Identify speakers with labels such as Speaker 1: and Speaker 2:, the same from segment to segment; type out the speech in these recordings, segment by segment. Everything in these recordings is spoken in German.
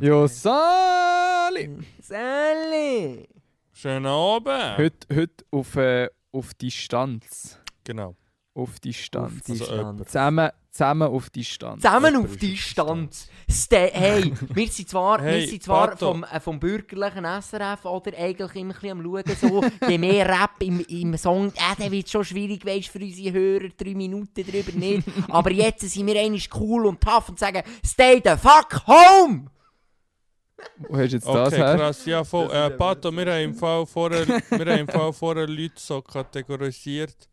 Speaker 1: Jo, Sali!
Speaker 2: Sally!
Speaker 3: Schönen Abend.
Speaker 1: Heute, heute auf, äh, auf Distanz.
Speaker 3: Genau.
Speaker 1: Auf Distanz.
Speaker 2: Auf Distanz.
Speaker 1: Zusammen, zusammen auf Distanz.
Speaker 2: Zusammen
Speaker 3: Jemand
Speaker 2: auf
Speaker 3: ist auf
Speaker 2: Distanz. Ste hey, wir sind zwar,
Speaker 3: Hey,
Speaker 2: wir sind zwar
Speaker 3: Pato.
Speaker 2: vom, äh, vom bürgerlichen SRF oder eigentlich immer ein bisschen am Schauen, so, je mehr Rap im, im Song, äh, dann wird schon schwierig, weißt für unsere Hörer, drei Minuten drüber nicht. Aber jetzt sind wir eigentlich cool und tough und sagen, stay the fuck home!
Speaker 1: Wo hast du jetzt das
Speaker 3: Okay,
Speaker 1: her?
Speaker 3: krass. Ja, voll. Äh, Pato, wir haben im Fall vorher, wir haben im Fall vorher Leute so kategorisiert.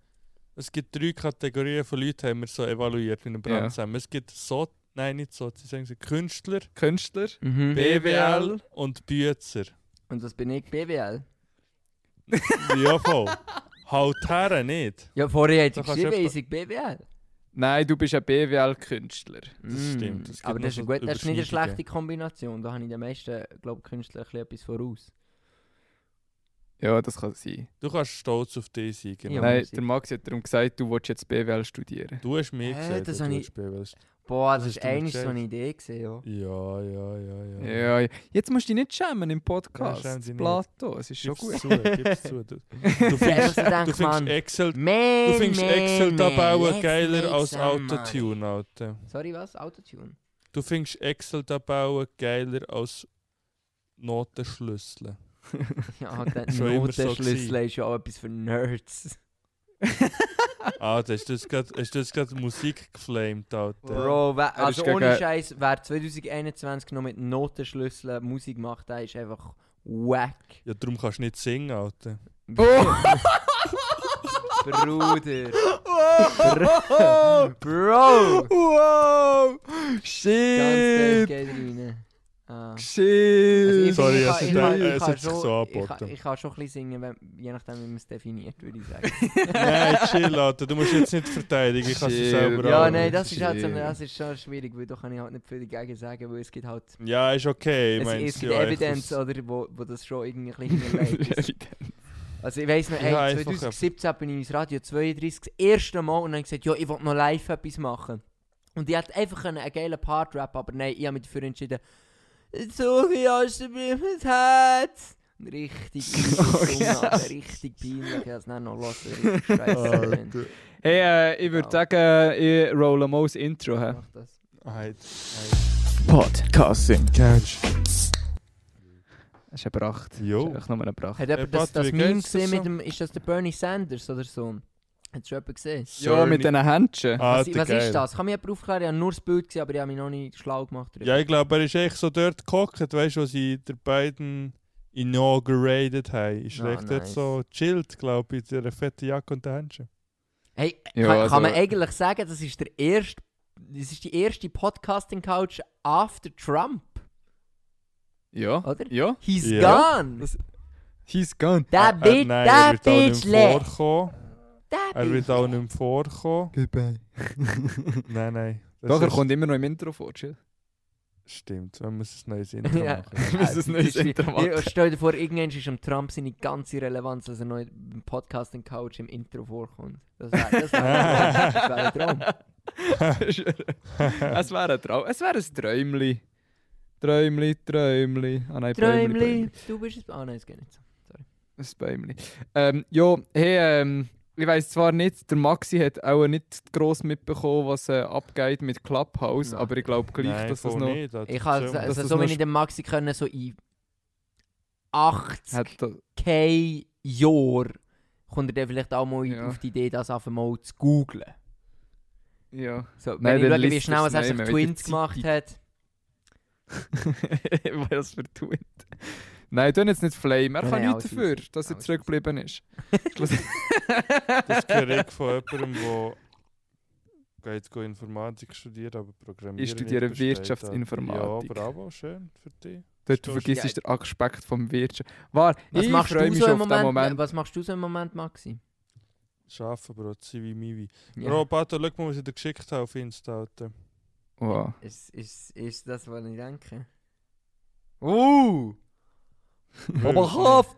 Speaker 3: Es gibt drei Kategorien von Leuten, haben wir so evaluiert in einem
Speaker 1: Ja.
Speaker 3: Brandsamen. Es gibt so, nein, nicht so, sie sagen sie Künstler,
Speaker 1: Künstler,
Speaker 3: Mhm. BWL und Büzer.
Speaker 2: Und das bin ich, BWL.
Speaker 3: Ja, voll. halt her, nicht.
Speaker 2: Ja, vorher hat
Speaker 3: Da
Speaker 2: ich
Speaker 3: kannst du
Speaker 2: geschrieben,
Speaker 3: etwa-
Speaker 2: ich sag BWL.
Speaker 1: Nein, du bist ein BWL-Künstler.
Speaker 3: Das stimmt, es gibt
Speaker 2: Mm, Aber
Speaker 3: noch
Speaker 2: das ist,
Speaker 3: so
Speaker 2: ein gut, das ist nicht eine
Speaker 3: Überschneidungen.
Speaker 2: schlechte Kombination. Da habe ich den meisten, glaube ich, Künstler ein bisschen etwas voraus.
Speaker 1: Ja, das kann sein.
Speaker 3: Du kannst stolz auf dich sein, genau.
Speaker 2: Ja,
Speaker 1: Nein,
Speaker 2: Musik.
Speaker 1: der Max hat darum gesagt, du willst jetzt BWL studieren.
Speaker 3: Du hast mir
Speaker 2: Hä,
Speaker 3: gesagt,
Speaker 2: Äh, das
Speaker 3: dass
Speaker 2: hab
Speaker 3: du
Speaker 2: ich-
Speaker 3: hast BWL.
Speaker 2: Boah,
Speaker 3: Das
Speaker 2: das,
Speaker 3: hast
Speaker 2: ist
Speaker 3: du mir
Speaker 2: eigentlich so
Speaker 3: gesagt.
Speaker 2: eine Idee gewesen, ja.
Speaker 3: Ja, ja, ja, ja.
Speaker 1: Ja, ja. jetzt musst du dich nicht schämen im Podcast.
Speaker 3: Ja, schäm dich nicht.
Speaker 1: Plato, es ist schon
Speaker 3: Gib's
Speaker 1: gut.
Speaker 3: zu, gib's zu. Du, du findest,
Speaker 2: Ja,
Speaker 3: du
Speaker 2: denkt
Speaker 3: findest
Speaker 2: man,
Speaker 3: Excel
Speaker 2: man,
Speaker 3: Du findest
Speaker 2: man,
Speaker 3: Excel
Speaker 2: man,
Speaker 3: abbauen
Speaker 2: let's
Speaker 3: geiler
Speaker 2: make
Speaker 3: als
Speaker 2: some money.
Speaker 3: Autotune, Alter.
Speaker 2: Sorry, was? Autotune?
Speaker 3: Du findest Excel abbauen geiler als Notenschlüssel.
Speaker 2: Ja, der
Speaker 3: Schon immer so
Speaker 2: Notenschlüssel
Speaker 3: gewesen.
Speaker 2: ist ja auch etwas für Nerds.
Speaker 3: Alter, Ah, ist das grad- ist das gerade Musik geflamed, Alter?
Speaker 2: Bro, we-
Speaker 1: Er ist
Speaker 2: also ohne
Speaker 1: gegen-
Speaker 2: Scheiß, wer 2021 noch mit Notenschlüsseln Musik macht, der ist einfach wack.
Speaker 3: Ja, darum kannst du nicht singen, Alter. Oh!
Speaker 2: Bruder.
Speaker 1: Wow!
Speaker 2: Bro!
Speaker 1: wow!
Speaker 2: Ganz tief
Speaker 1: Shit!
Speaker 2: geht rein. Ah. Also
Speaker 1: Shit!
Speaker 2: ich
Speaker 3: Sorry,
Speaker 2: finde,
Speaker 3: es
Speaker 2: ich kann-
Speaker 3: hat-
Speaker 2: ich
Speaker 3: äh,
Speaker 2: kann-
Speaker 3: es
Speaker 2: ich kann
Speaker 3: hat sich
Speaker 2: schon-
Speaker 3: so
Speaker 2: ich kann-
Speaker 3: angeboten.
Speaker 2: Ich kann schon ein bisschen singen, wenn, je nachdem, wie man es definiert, würde ich sagen.
Speaker 3: Nein, chill, Alter. Du musst jetzt nicht verteidigen, ich kann es
Speaker 1: Chill.
Speaker 3: selber
Speaker 1: Bro,
Speaker 2: ja,
Speaker 3: auch.
Speaker 2: nein,
Speaker 1: das
Speaker 2: das
Speaker 1: ist
Speaker 2: ist, halt so,
Speaker 1: schwierig.
Speaker 2: das ist schon schwierig, weil da kann ich halt nicht viel dagegen sagen, weil es gibt halt
Speaker 3: Ja, ist okay. Ich
Speaker 2: es,
Speaker 3: meine,
Speaker 2: es gibt Evidenz, oder, wo, wo das schon irgendwie ein bisschen hinterlegt ist. Also ich weiss noch,
Speaker 3: Ja,
Speaker 2: hey,
Speaker 3: einfach
Speaker 2: 2017 bin ich ins Radio 32 das erste Mal und dann gesagt, ja, ich will noch live etwas machen. Und ich hätte einfach einen, einen geilen Part rappen, aber nein, ich habe mich dafür entschieden, so wie hast du mir mein Herz. Richtig peinlich, Alter, richtig peinlich, ich habe es dann noch los, richtig scheiße.
Speaker 3: Alter.
Speaker 1: Hey, äh, ich würde
Speaker 2: Wow.
Speaker 1: sagen, ich roll mal das eh, Intro.
Speaker 2: Ich
Speaker 1: hä?
Speaker 2: mach das.
Speaker 3: Alter.
Speaker 1: Podcasting.
Speaker 3: Couch.
Speaker 1: Das ist eine Pracht. Das
Speaker 3: Jo.
Speaker 1: ist einfach nur eine Pracht.
Speaker 2: Hat jemand das, das
Speaker 3: Patrick,
Speaker 2: Meme
Speaker 3: kennst du das
Speaker 2: gesehen mit
Speaker 3: so?
Speaker 2: dem, ist das der Bernie Sanders oder so? Hat schon jemand gesehen?
Speaker 1: Ja, mit
Speaker 3: Sir,
Speaker 1: diesen Händchen.
Speaker 3: Alter,
Speaker 2: was was
Speaker 3: geil.
Speaker 2: ist das? Kann mich jemand aufklären? Ich habe nur das Bild gesehen, aber ich habe mich noch nicht schlau gemacht. darüber.
Speaker 3: Ja, ich glaube, er ist echt so dort gehockt, weißt du, wo sie der beiden inaugurated haben. Ist
Speaker 2: Ah,
Speaker 3: er echt dort
Speaker 2: nice.
Speaker 3: so chillt, glaube ich, in einer fetten Jacke und den Händchen.
Speaker 2: Hey,
Speaker 1: Ja,
Speaker 2: kann,
Speaker 1: also-
Speaker 2: kann man eigentlich sagen, das ist der erste, das ist die erste Podcasting Couch after Trump,
Speaker 1: Ja.
Speaker 2: oder?
Speaker 1: Ja.
Speaker 2: He's
Speaker 3: Ja.
Speaker 2: gone.
Speaker 1: Das- He's gone.
Speaker 2: That
Speaker 3: Er-
Speaker 2: bitch,
Speaker 3: Äh, nein, er
Speaker 2: that
Speaker 3: wird auch nicht
Speaker 2: bitch
Speaker 3: mehr
Speaker 2: left.
Speaker 3: vorkommen.
Speaker 2: That
Speaker 3: Er
Speaker 2: bitch.
Speaker 3: wird auch nicht mehr vorkommen.
Speaker 1: Goodbye.
Speaker 3: Nein, nein. Das
Speaker 1: Doch, Ah. er
Speaker 3: ist-
Speaker 1: kommt immer noch im Intro vor, chill.
Speaker 3: Stimmt, wenn man es ein neues Intro
Speaker 2: Ja.
Speaker 3: machen.
Speaker 1: Wir müssen ein neues
Speaker 2: Das ist-
Speaker 1: Intro machen.
Speaker 2: Ja, Stell dir vor, irgendwann ist am Trump seine ganze Relevanz, als er noch im Podcasting Couch im Intro vorkommt. Das wäre das wär, das wär ein Traum.
Speaker 1: es wäre ein Traum. Es wäre ein Träumli. Träumli, Träumli. Ah nein, Bäumli, Bäumli.
Speaker 2: Träumli, du bist es. Ah nein, es geht nicht so.
Speaker 1: Ein Bäumli. Ähm, ja, hey, ähm, ich weiss zwar nicht, der Maxi hat auch nicht gross mitbekommen, was äh, abgeht mit Clubhouse,
Speaker 2: Nein.
Speaker 1: aber ich glaube gleich,
Speaker 3: Nein,
Speaker 1: dass
Speaker 3: voll
Speaker 1: das noch...
Speaker 3: nicht, Alter.
Speaker 2: Ich habe
Speaker 3: Erzähl mal.
Speaker 1: dass
Speaker 2: also,
Speaker 1: das
Speaker 2: so
Speaker 1: noch
Speaker 2: wie ich den Maxi können, so in 80
Speaker 1: Hat, da-
Speaker 2: kein Jahr kommt er dann vielleicht auch mal
Speaker 1: Ja.
Speaker 2: auf die Idee, das einfach mal zu googlen.
Speaker 1: ja.
Speaker 2: So,
Speaker 1: Nein,
Speaker 2: wenn ich
Speaker 1: dann
Speaker 2: schaue, wie
Speaker 1: liest
Speaker 2: schnell
Speaker 1: er's
Speaker 2: als er
Speaker 1: nicht
Speaker 2: sich
Speaker 1: mehr, weil die
Speaker 2: Twins gemacht hat.
Speaker 1: was für Twint. Nein, tu ihn jetzt nicht flame. Er
Speaker 2: Nein,
Speaker 1: kann
Speaker 2: nein,
Speaker 1: nichts
Speaker 2: alles
Speaker 1: dafür,
Speaker 2: easy.
Speaker 1: dass er
Speaker 2: Alles
Speaker 1: zurückgeblieben ist.
Speaker 3: Das höre ich von jemandem, der geht go Informatik studiert, aber Programmieren
Speaker 1: Ich studiere
Speaker 3: nicht besteht,
Speaker 1: Wirtschaftsinformatik.
Speaker 3: Alter. Ja, bravo, schön für dich.
Speaker 1: Dort
Speaker 3: Verstehst
Speaker 1: vergisst du
Speaker 2: du?
Speaker 1: den Aspekt vom Wirtschaft. War,
Speaker 2: Was
Speaker 1: ich
Speaker 2: machst
Speaker 1: freue
Speaker 2: du
Speaker 1: mich
Speaker 2: so
Speaker 1: schon
Speaker 2: im
Speaker 1: auf den
Speaker 2: Moment?
Speaker 1: Moment.
Speaker 2: Was machst du so im Moment, Maxi?
Speaker 3: Schaffen, Bro, Zivi, Mivi.
Speaker 2: Ja.
Speaker 3: Bro, Pato, schau mal, was ich dir geschickt habe auf Insta, Alter.
Speaker 1: Wow.
Speaker 2: Ist, ist, ist das, was ich denke? Uh! Oberhaft!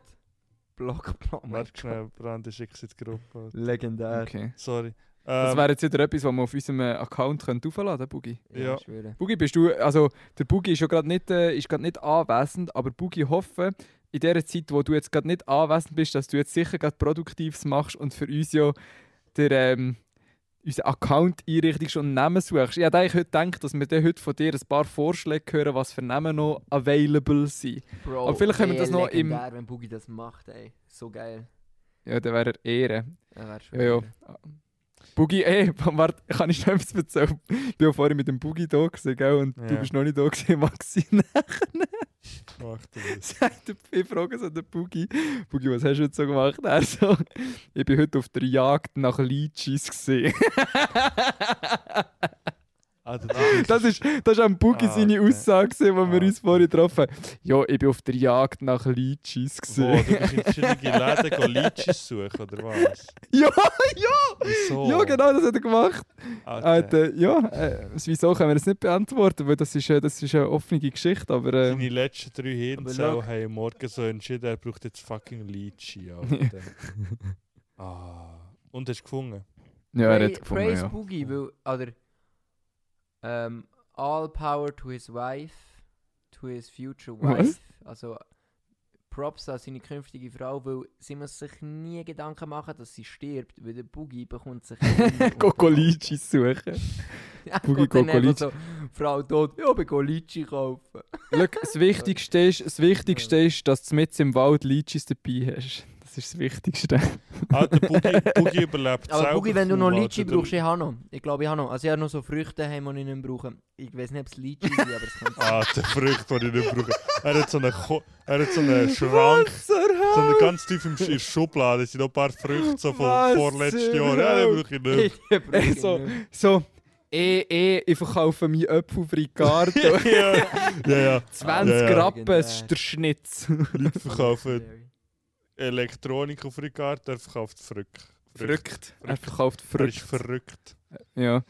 Speaker 2: Block, Block, Oh
Speaker 3: Warte schnell, Brand ist jetzt in die Gruppe.
Speaker 2: Legendär.
Speaker 1: Okay.
Speaker 3: Sorry.
Speaker 1: Das
Speaker 3: Ähm,
Speaker 1: wäre jetzt wieder etwas, was man auf unserem äh, Account könnte aufladen könnte, Bugi.
Speaker 3: Ja.
Speaker 2: ich schwöre.
Speaker 1: Bugi, bist du, also der Bugi ist ja gerade nicht, äh, ist grad nicht anwesend, aber Bugi hoffe, in der Zeit, wo du jetzt gerade nicht anwesend bist, dass du jetzt sicher gerade Produktives machst und für uns ja der, ähm, unseren Account einrichtest und Namen suchst. Ich hätte eigentlich heute gedacht, dass wir dann heute von dir ein paar Vorschläge hören, was für Namen noch available sind.
Speaker 2: Bro,
Speaker 1: Aber vielleicht können wir
Speaker 2: eh
Speaker 1: das noch im-
Speaker 2: legendär, wenn Boogie das macht, ey. So geil.
Speaker 1: Ja, dann wäre er Ehre.
Speaker 2: Er wär
Speaker 1: Ja, ja. Bugi, ey, warte, kann ich schnell etwas erzählen? Ich war vorhin mit dem Bugi da, gewesen, gell? Und du
Speaker 3: Ja.
Speaker 1: bist noch nicht da, gewesen, Maxine.
Speaker 3: Ach, du Wiss.
Speaker 1: sagt der, ich frage so den Boogie, Boogie, was hast du heute so gemacht? Er so, ich bin heute auf der Jagd nach Litschis gesehen.
Speaker 3: Alter, das ist-
Speaker 1: Das ist, das ist am Boogie
Speaker 3: Ah,
Speaker 1: seine
Speaker 3: okay.
Speaker 1: Aussage, gewesen, wo wir
Speaker 3: Ah,
Speaker 1: uns vorhin getroffen haben. Ja, ich bin auf der Jagd nach Litschis
Speaker 3: Wo,
Speaker 1: gesehen.
Speaker 3: du bist in verschiedene Läden go Litschis suchen, oder was?
Speaker 1: Ja,
Speaker 3: Wieso?
Speaker 1: ja, genau, das hat er gemacht.
Speaker 3: Alter,
Speaker 1: Alter, ja, äh, wieso können wir das nicht beantworten? Weil das ist, äh, das ist eine offene Geschichte, aber. Äh,
Speaker 3: seine letzten drei Hirnzellen haben morgen so entschieden, er braucht jetzt fucking Litschi, Alter. ah. Und hast du gefunden?
Speaker 1: ja, er
Speaker 2: Pray-
Speaker 1: hat gefunden,
Speaker 2: Praise
Speaker 1: ja.
Speaker 2: Boogie, weil, oder, ähm, all power to his wife, to his future
Speaker 1: Was?
Speaker 2: wife. Also, Props an seine künftige Frau, weil sie muss sich nie Gedanken machen, dass sie stirbt, weil der Boogie bekommt sich immer
Speaker 1: Coco
Speaker 2: unter-
Speaker 1: Litschis suchen.
Speaker 2: Ja,
Speaker 1: Boogie
Speaker 2: und dann
Speaker 1: Coco
Speaker 2: einfach so, Frau tot, ja, ich bin go Litschi kaufen.
Speaker 1: Schau, das Wichtigste ist, das Wichtigste ist dass du mit im Wald Litschis dabei hast. Das ist das Wichtigste.
Speaker 3: Alter, Ah, Boogie, Boogie überlebt
Speaker 2: Aber
Speaker 3: selber
Speaker 2: Boogie, wenn du noch
Speaker 3: kaum,
Speaker 2: Litschi
Speaker 3: Alter, du-
Speaker 2: brauchst, ich habe noch. Ich glaube, ich habe noch. Also ich habe noch so Früchte heim, die ich nicht mehr brauche. Ich weiß nicht, ob es Litschi sind, aber es könnte sein.
Speaker 3: Ah, der Frucht, die ich nicht brauche. Er hat so einen, Ko er hat so einen Schrank, so einen ganz tief im Sch- in der Schublade. Es sind noch ein paar Früchte so
Speaker 1: Was
Speaker 3: von vorletzten
Speaker 1: zur
Speaker 3: Jahr. Ja, den brauche ich nicht.
Speaker 2: Die brauche ich
Speaker 1: so.
Speaker 2: nicht.
Speaker 1: So, eh, eh, ich verkaufe meinen Apfel auf Ricardo.
Speaker 3: ja, ja, ja.
Speaker 1: 20
Speaker 3: Ja, ja.
Speaker 1: Rappen, das ist der Schnitz.
Speaker 3: Leute verkaufen Elektronik auf Ricardo, er verkauft Frück.
Speaker 1: Verrückt. Er
Speaker 3: Verrückt.
Speaker 1: verkauft
Speaker 3: Er
Speaker 1: verrückt.
Speaker 3: ist verrückt.
Speaker 1: Ja.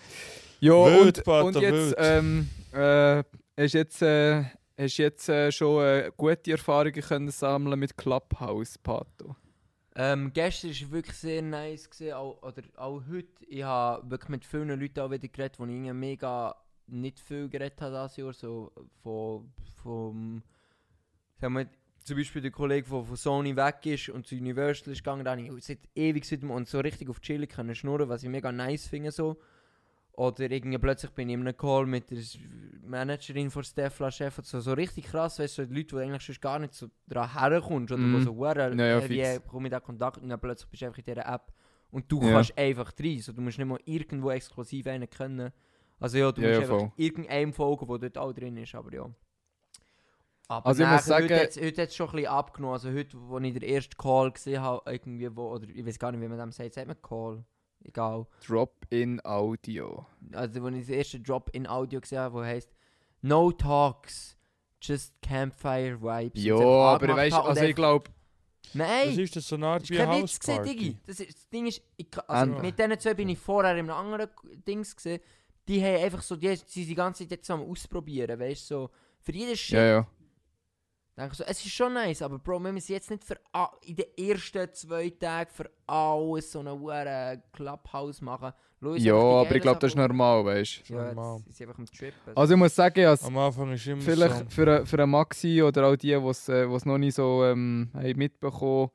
Speaker 1: Ja,
Speaker 3: Wild,
Speaker 1: und,
Speaker 3: Pater,
Speaker 1: und jetzt,
Speaker 3: wild.
Speaker 1: ähm, äh, hast jetzt, äh, hast jetzt äh, schon äh, gute Erfahrungen können sammeln mit Clubhouse, Pato.
Speaker 2: Ähm, gestern war wirklich sehr nice. Gewesen, auch, oder auch heute. Ich habe wirklich mit vielen Leuten auch wieder geredet, wo ich irgendwie mega nicht viel geredet habe dieses Jahr. So von, vom, sagen wir, zum Beispiel der Kollege, der von Sony weg ist und zu Universal ist gegangen, da habe ich seit ewig mit ihm und so richtig auf Chillen können schnurren, was ich mega nice finde. So. Oder irgendwie plötzlich bin ich in einem Call mit der S- Managerin von Stefla Chef und so, so richtig krass, weißt du, so Leute, die eigentlich sonst gar nicht so dran herkommst oder
Speaker 1: Mhm.
Speaker 2: wo so
Speaker 1: Ja,
Speaker 2: huere
Speaker 1: ja,
Speaker 2: irgendwie
Speaker 1: fix.
Speaker 2: komme ich da Kontakt und dann plötzlich bist du einfach in dieser App und du
Speaker 1: Ja.
Speaker 2: kannst einfach rein. So, du musst nicht mal irgendwo exklusiv einen können. Also ja, du
Speaker 1: Ja,
Speaker 2: musst
Speaker 1: ja,
Speaker 2: einfach
Speaker 1: voll.
Speaker 2: irgendeinem folgen, wo dort auch drin ist, aber ja. Aber
Speaker 1: Also ich muss
Speaker 2: nachher,
Speaker 1: sagen-
Speaker 2: heute hat's- heute hat es schon ein bisschen abgenommen. Also heute, wo ich den ersten Call gesehen habe, irgendwie, wo, oder ich weiß gar nicht, wie man dem sagt, sagt man Call? Egal.
Speaker 1: Drop-in Audio.
Speaker 2: Also, als ich den ersten Drop in Audio gesehen habe, wo heißt No Talks, just Campfire Vibes.
Speaker 1: Ja,
Speaker 2: Und sie haben
Speaker 1: aber
Speaker 2: angemacht
Speaker 1: weißt du,
Speaker 2: haben und
Speaker 1: also ich
Speaker 2: einfach-
Speaker 1: glaube,
Speaker 3: Was
Speaker 2: Nein!
Speaker 3: ist das so eine Art
Speaker 2: Das
Speaker 3: wie
Speaker 2: ist
Speaker 3: eine
Speaker 2: kein Witz, gewesen,
Speaker 3: Hausparty?
Speaker 2: Digi. Das, ist, das Ding ist, ich, ka- also,
Speaker 1: Ähm.
Speaker 2: mit diesen zwei bin ich vorher in einem anderen K- Dings gesehen. Die haben einfach so, die, sie sind die ganze Zeit zusammen ausprobieren, weißt du, so. Für jeden Shit.
Speaker 1: ja, ja.
Speaker 2: Denke ich so, es ist schon nice, aber Bro, wir müssen jetzt nicht für a- in den ersten zwei Tagen für alles so einen huere Clubhouse machen. Schau uns
Speaker 1: Ja,
Speaker 2: einfach die
Speaker 1: aber ich
Speaker 2: Geilen
Speaker 1: glaube, das ist
Speaker 2: an,
Speaker 1: normal, weißt
Speaker 2: Bro. Ja,
Speaker 3: normal.
Speaker 2: jetzt, ist einfach am Trippen.
Speaker 1: Also ich muss sagen, ja, es-
Speaker 3: Am Anfang ist immer so.
Speaker 1: vielleicht für, für einen Maxi oder auch die, die es äh, wo's noch nicht so ähm, haben mitbekommen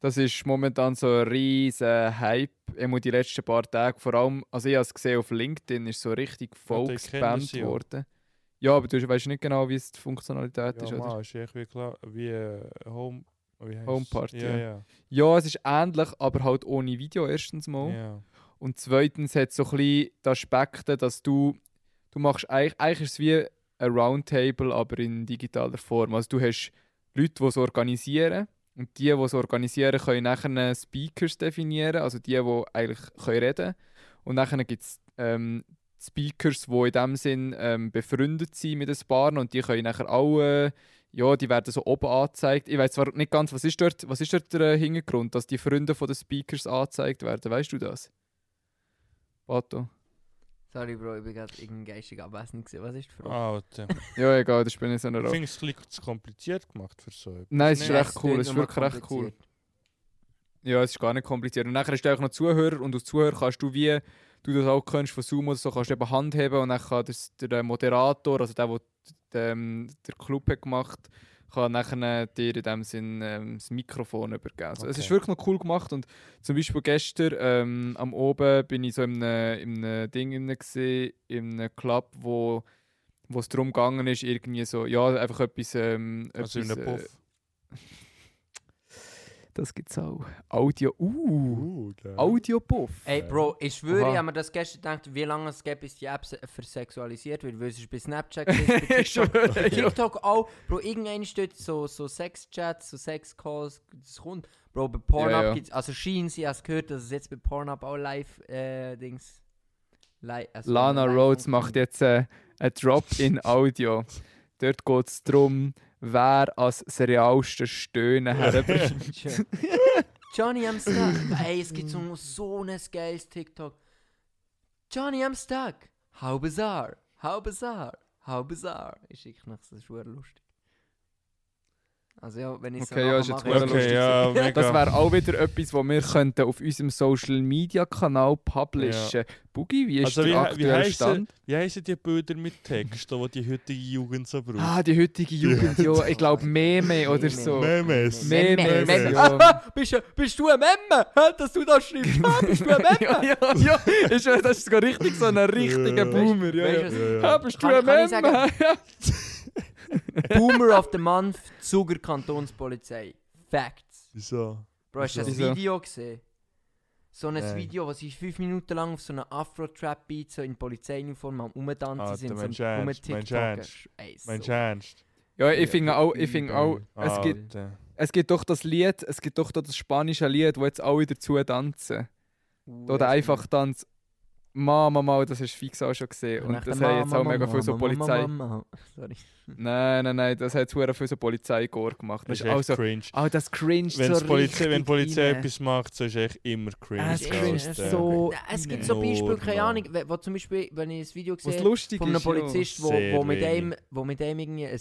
Speaker 1: das ist momentan so ein riesen Hype. Immer die letzten paar Tage, vor allem, also ich habe es gesehen auf LinkedIn, ist so richtig
Speaker 3: Ja,
Speaker 1: voll
Speaker 3: die kennen
Speaker 1: gespammt
Speaker 3: sie ja.
Speaker 1: worden. Ja, aber du weißt nicht genau, wie es die Funktionalität ist,
Speaker 3: Ja,
Speaker 1: oder?
Speaker 3: Mann, ist echt wie, klar, wie äh, Home... Wie heisst's?
Speaker 1: Homeparty,
Speaker 3: Ja,
Speaker 1: ja.
Speaker 3: ja.
Speaker 1: Ja, es ist ähnlich, aber halt ohne Video erstens mal.
Speaker 3: ja.
Speaker 1: Und zweitens hat es so ein bisschen die Aspekte, dass du, du machst eigentlich, eigentlich ist es wie ein Roundtable, aber in digitaler Form. Also du hast Leute, die es organisieren und die, die es organisieren, können nachher Speakers definieren, also die, die eigentlich können reden Und nachher gibt es ähm, Speakers, die in dem Sinn ähm, befreundet sind mit den Paaren und die können nachher auch, äh, ja, die werden so oben angezeigt. Ich weiß zwar nicht ganz, was ist dort, was ist dort der äh, Hintergrund, dass die Freunde von den Speakers angezeigt werden, weißt du das? Pato.
Speaker 2: Sorry, Bro, ich bin gerade irgendwie geistig abwesend gewesen. Was ist die Frage?
Speaker 3: Alter.
Speaker 1: Ja, egal, das spielt nicht so eine
Speaker 3: Ah, Ich
Speaker 1: Rolle.
Speaker 3: finde es ein bisschen zu kompliziert gemacht für so etwas.
Speaker 1: Nein, es ist
Speaker 3: Nein,
Speaker 1: recht
Speaker 2: es
Speaker 1: cool,
Speaker 2: klingt
Speaker 1: es ist
Speaker 2: nur mal
Speaker 1: wirklich recht cool.
Speaker 2: kompliziert.
Speaker 1: Ja, es ist gar nicht kompliziert. Und nachher hast du auch noch Zuhörer und als Zuhörer kannst du wie du das auch kannst von Zoom oder so, kannst du eben handheben und dann kann das, der Moderator, also der, der, der, ähm, der Club hat gemacht kann nachher äh, dir in dem Sinn ähm, das Mikrofon übergeben. Also, Es ist
Speaker 2: Okay.
Speaker 1: wirklich noch cool gemacht und zum Beispiel gestern ähm, am Oben bin ich so in einem, in einem Ding inne gsi, in einem Club, wo wo es darum gegangen ist, irgendwie so, ja, einfach etwas... Ähm,
Speaker 3: Also in
Speaker 1: etwas,
Speaker 3: einem
Speaker 1: äh,
Speaker 3: Puff.
Speaker 1: Das gibt es auch. Audio. Uh, Audiopuff.
Speaker 2: Ey, Bro, ich schwöre,
Speaker 1: Aha.
Speaker 2: ich habe mir das gestern gedacht, wie lange es geht, bis die App se- versexualisiert wird. Weil es ist bei Snapchat, bei TikTok, bei TikTok auch. Bro, irgendwann steht so, so Sexchats, so Sexcalls, das kommt. Bro, bei Pornhub
Speaker 1: Ja, ja.
Speaker 2: gibt's, also scheint sie, hast gehört, dass es jetzt bei Pornhub auch live, äh, Dings. Li also
Speaker 1: Lana
Speaker 2: live
Speaker 1: Rhodes
Speaker 2: funktioniert.
Speaker 1: macht jetzt äh, einen Drop in Audio. Dort geht es darum, wer als serialste Stöhnen herbringt.
Speaker 2: Tja. Johnny, I'm stuck. Ey, es gibt so, so ein geiles TikTok. Johnny, I'm stuck. How bizarre. How bizarre. How bizarre. Ich schicke nach, das ist verdammt lustig. Also ja, wenn ich
Speaker 1: Okay, ja, ist jetzt
Speaker 2: nachmache,
Speaker 1: verdammt
Speaker 2: ist
Speaker 1: lustig.
Speaker 3: Okay, ja, mega.
Speaker 1: Das wäre auch wieder etwas, was wir könnten auf unserem Social Media Kanal publishen. Boogie, wie ist
Speaker 3: Also wie,
Speaker 1: der
Speaker 3: he- wie,
Speaker 1: aktuelle
Speaker 3: heissen,
Speaker 1: Stand?
Speaker 3: wie heissen die Bilder mit Text, die die heutige Jugend so braucht?
Speaker 1: Ah, die heutige Jugend, ja, ich glaube Meme oder so.
Speaker 3: Memes.
Speaker 1: Memes,
Speaker 2: Memes.
Speaker 3: Memes.
Speaker 1: ja.
Speaker 2: Bist, du- bist du ein Memme? Hä, Dass du das schreibst? Ah, bist du ein
Speaker 1: ja,
Speaker 2: Memme?
Speaker 1: ja, ja, ist, ja- das ist so richtig so ein richtiger
Speaker 3: Ja.
Speaker 1: Boomer. Ja, ja.
Speaker 2: Weißt du,
Speaker 3: Ja,
Speaker 1: Ah,
Speaker 3: ja.
Speaker 1: bist du
Speaker 2: Kann-
Speaker 1: ein
Speaker 2: kann ich
Speaker 1: Meme?
Speaker 2: was- Boomer of the Month, Zuger Kantonspolizei. Facts.
Speaker 3: Wieso?
Speaker 2: Bro, hast du das
Speaker 1: Wieso?
Speaker 2: Video gesehen? So ein
Speaker 3: Nein.
Speaker 2: Video, was ich fünf Minuten lang auf so einem Afro-Trap-Beat so in Polizeiuniform am Rumtanzen
Speaker 3: Alter,
Speaker 2: sind,
Speaker 3: meinst
Speaker 2: so
Speaker 3: du
Speaker 2: am
Speaker 3: ernst? Meinst du
Speaker 2: Rumtiktoken.
Speaker 3: ernst?
Speaker 2: Ey, so.
Speaker 3: Meinst du ernst?
Speaker 1: Ja, ich finde auch, ich finde auch, es
Speaker 3: Ah, Alter.
Speaker 1: gibt, es gibt doch das Lied, es gibt doch da das spanische Lied, wo jetzt alle dazu tanzen.
Speaker 2: Uh,
Speaker 1: Oder
Speaker 2: das-
Speaker 1: einfach tanz. Mama, Mama, das hast du fix auch schon gesehen.
Speaker 2: nach
Speaker 1: Und
Speaker 2: der
Speaker 1: das haben jetzt
Speaker 2: Mama,
Speaker 1: auch mega
Speaker 2: Mama,
Speaker 1: viel so
Speaker 2: Mama,
Speaker 1: Polizei.
Speaker 2: Mama, Mama. Sorry.
Speaker 1: Nein, nein, nein, das hat sehr viel so Polizei gemacht.
Speaker 3: Das
Speaker 1: Das
Speaker 3: ist
Speaker 1: ist
Speaker 3: echt
Speaker 1: auch so,
Speaker 3: cringe.
Speaker 1: oh, das cringe
Speaker 3: Wenn
Speaker 1: so
Speaker 3: die Polizei,
Speaker 1: richtig
Speaker 3: wenn die Polizei
Speaker 1: rein. Ah,
Speaker 3: etwas macht, so ist echt immer cringe.
Speaker 1: Es
Speaker 2: ist
Speaker 3: gell,
Speaker 1: cringe
Speaker 3: Alter.
Speaker 1: so.
Speaker 2: Nein, es gibt
Speaker 1: rein.
Speaker 2: so Beispiele, keine
Speaker 3: Normal.
Speaker 2: Ahnung, wo- wo zum Beispiel, wenn ich das Video
Speaker 1: Was
Speaker 2: sehe,
Speaker 1: lustig
Speaker 2: von einem
Speaker 1: ist. ja.
Speaker 2: Polizist, wo,
Speaker 3: Sehr
Speaker 2: wo, mit
Speaker 3: wenig.
Speaker 2: dem, wo mit dem irgendwie ein,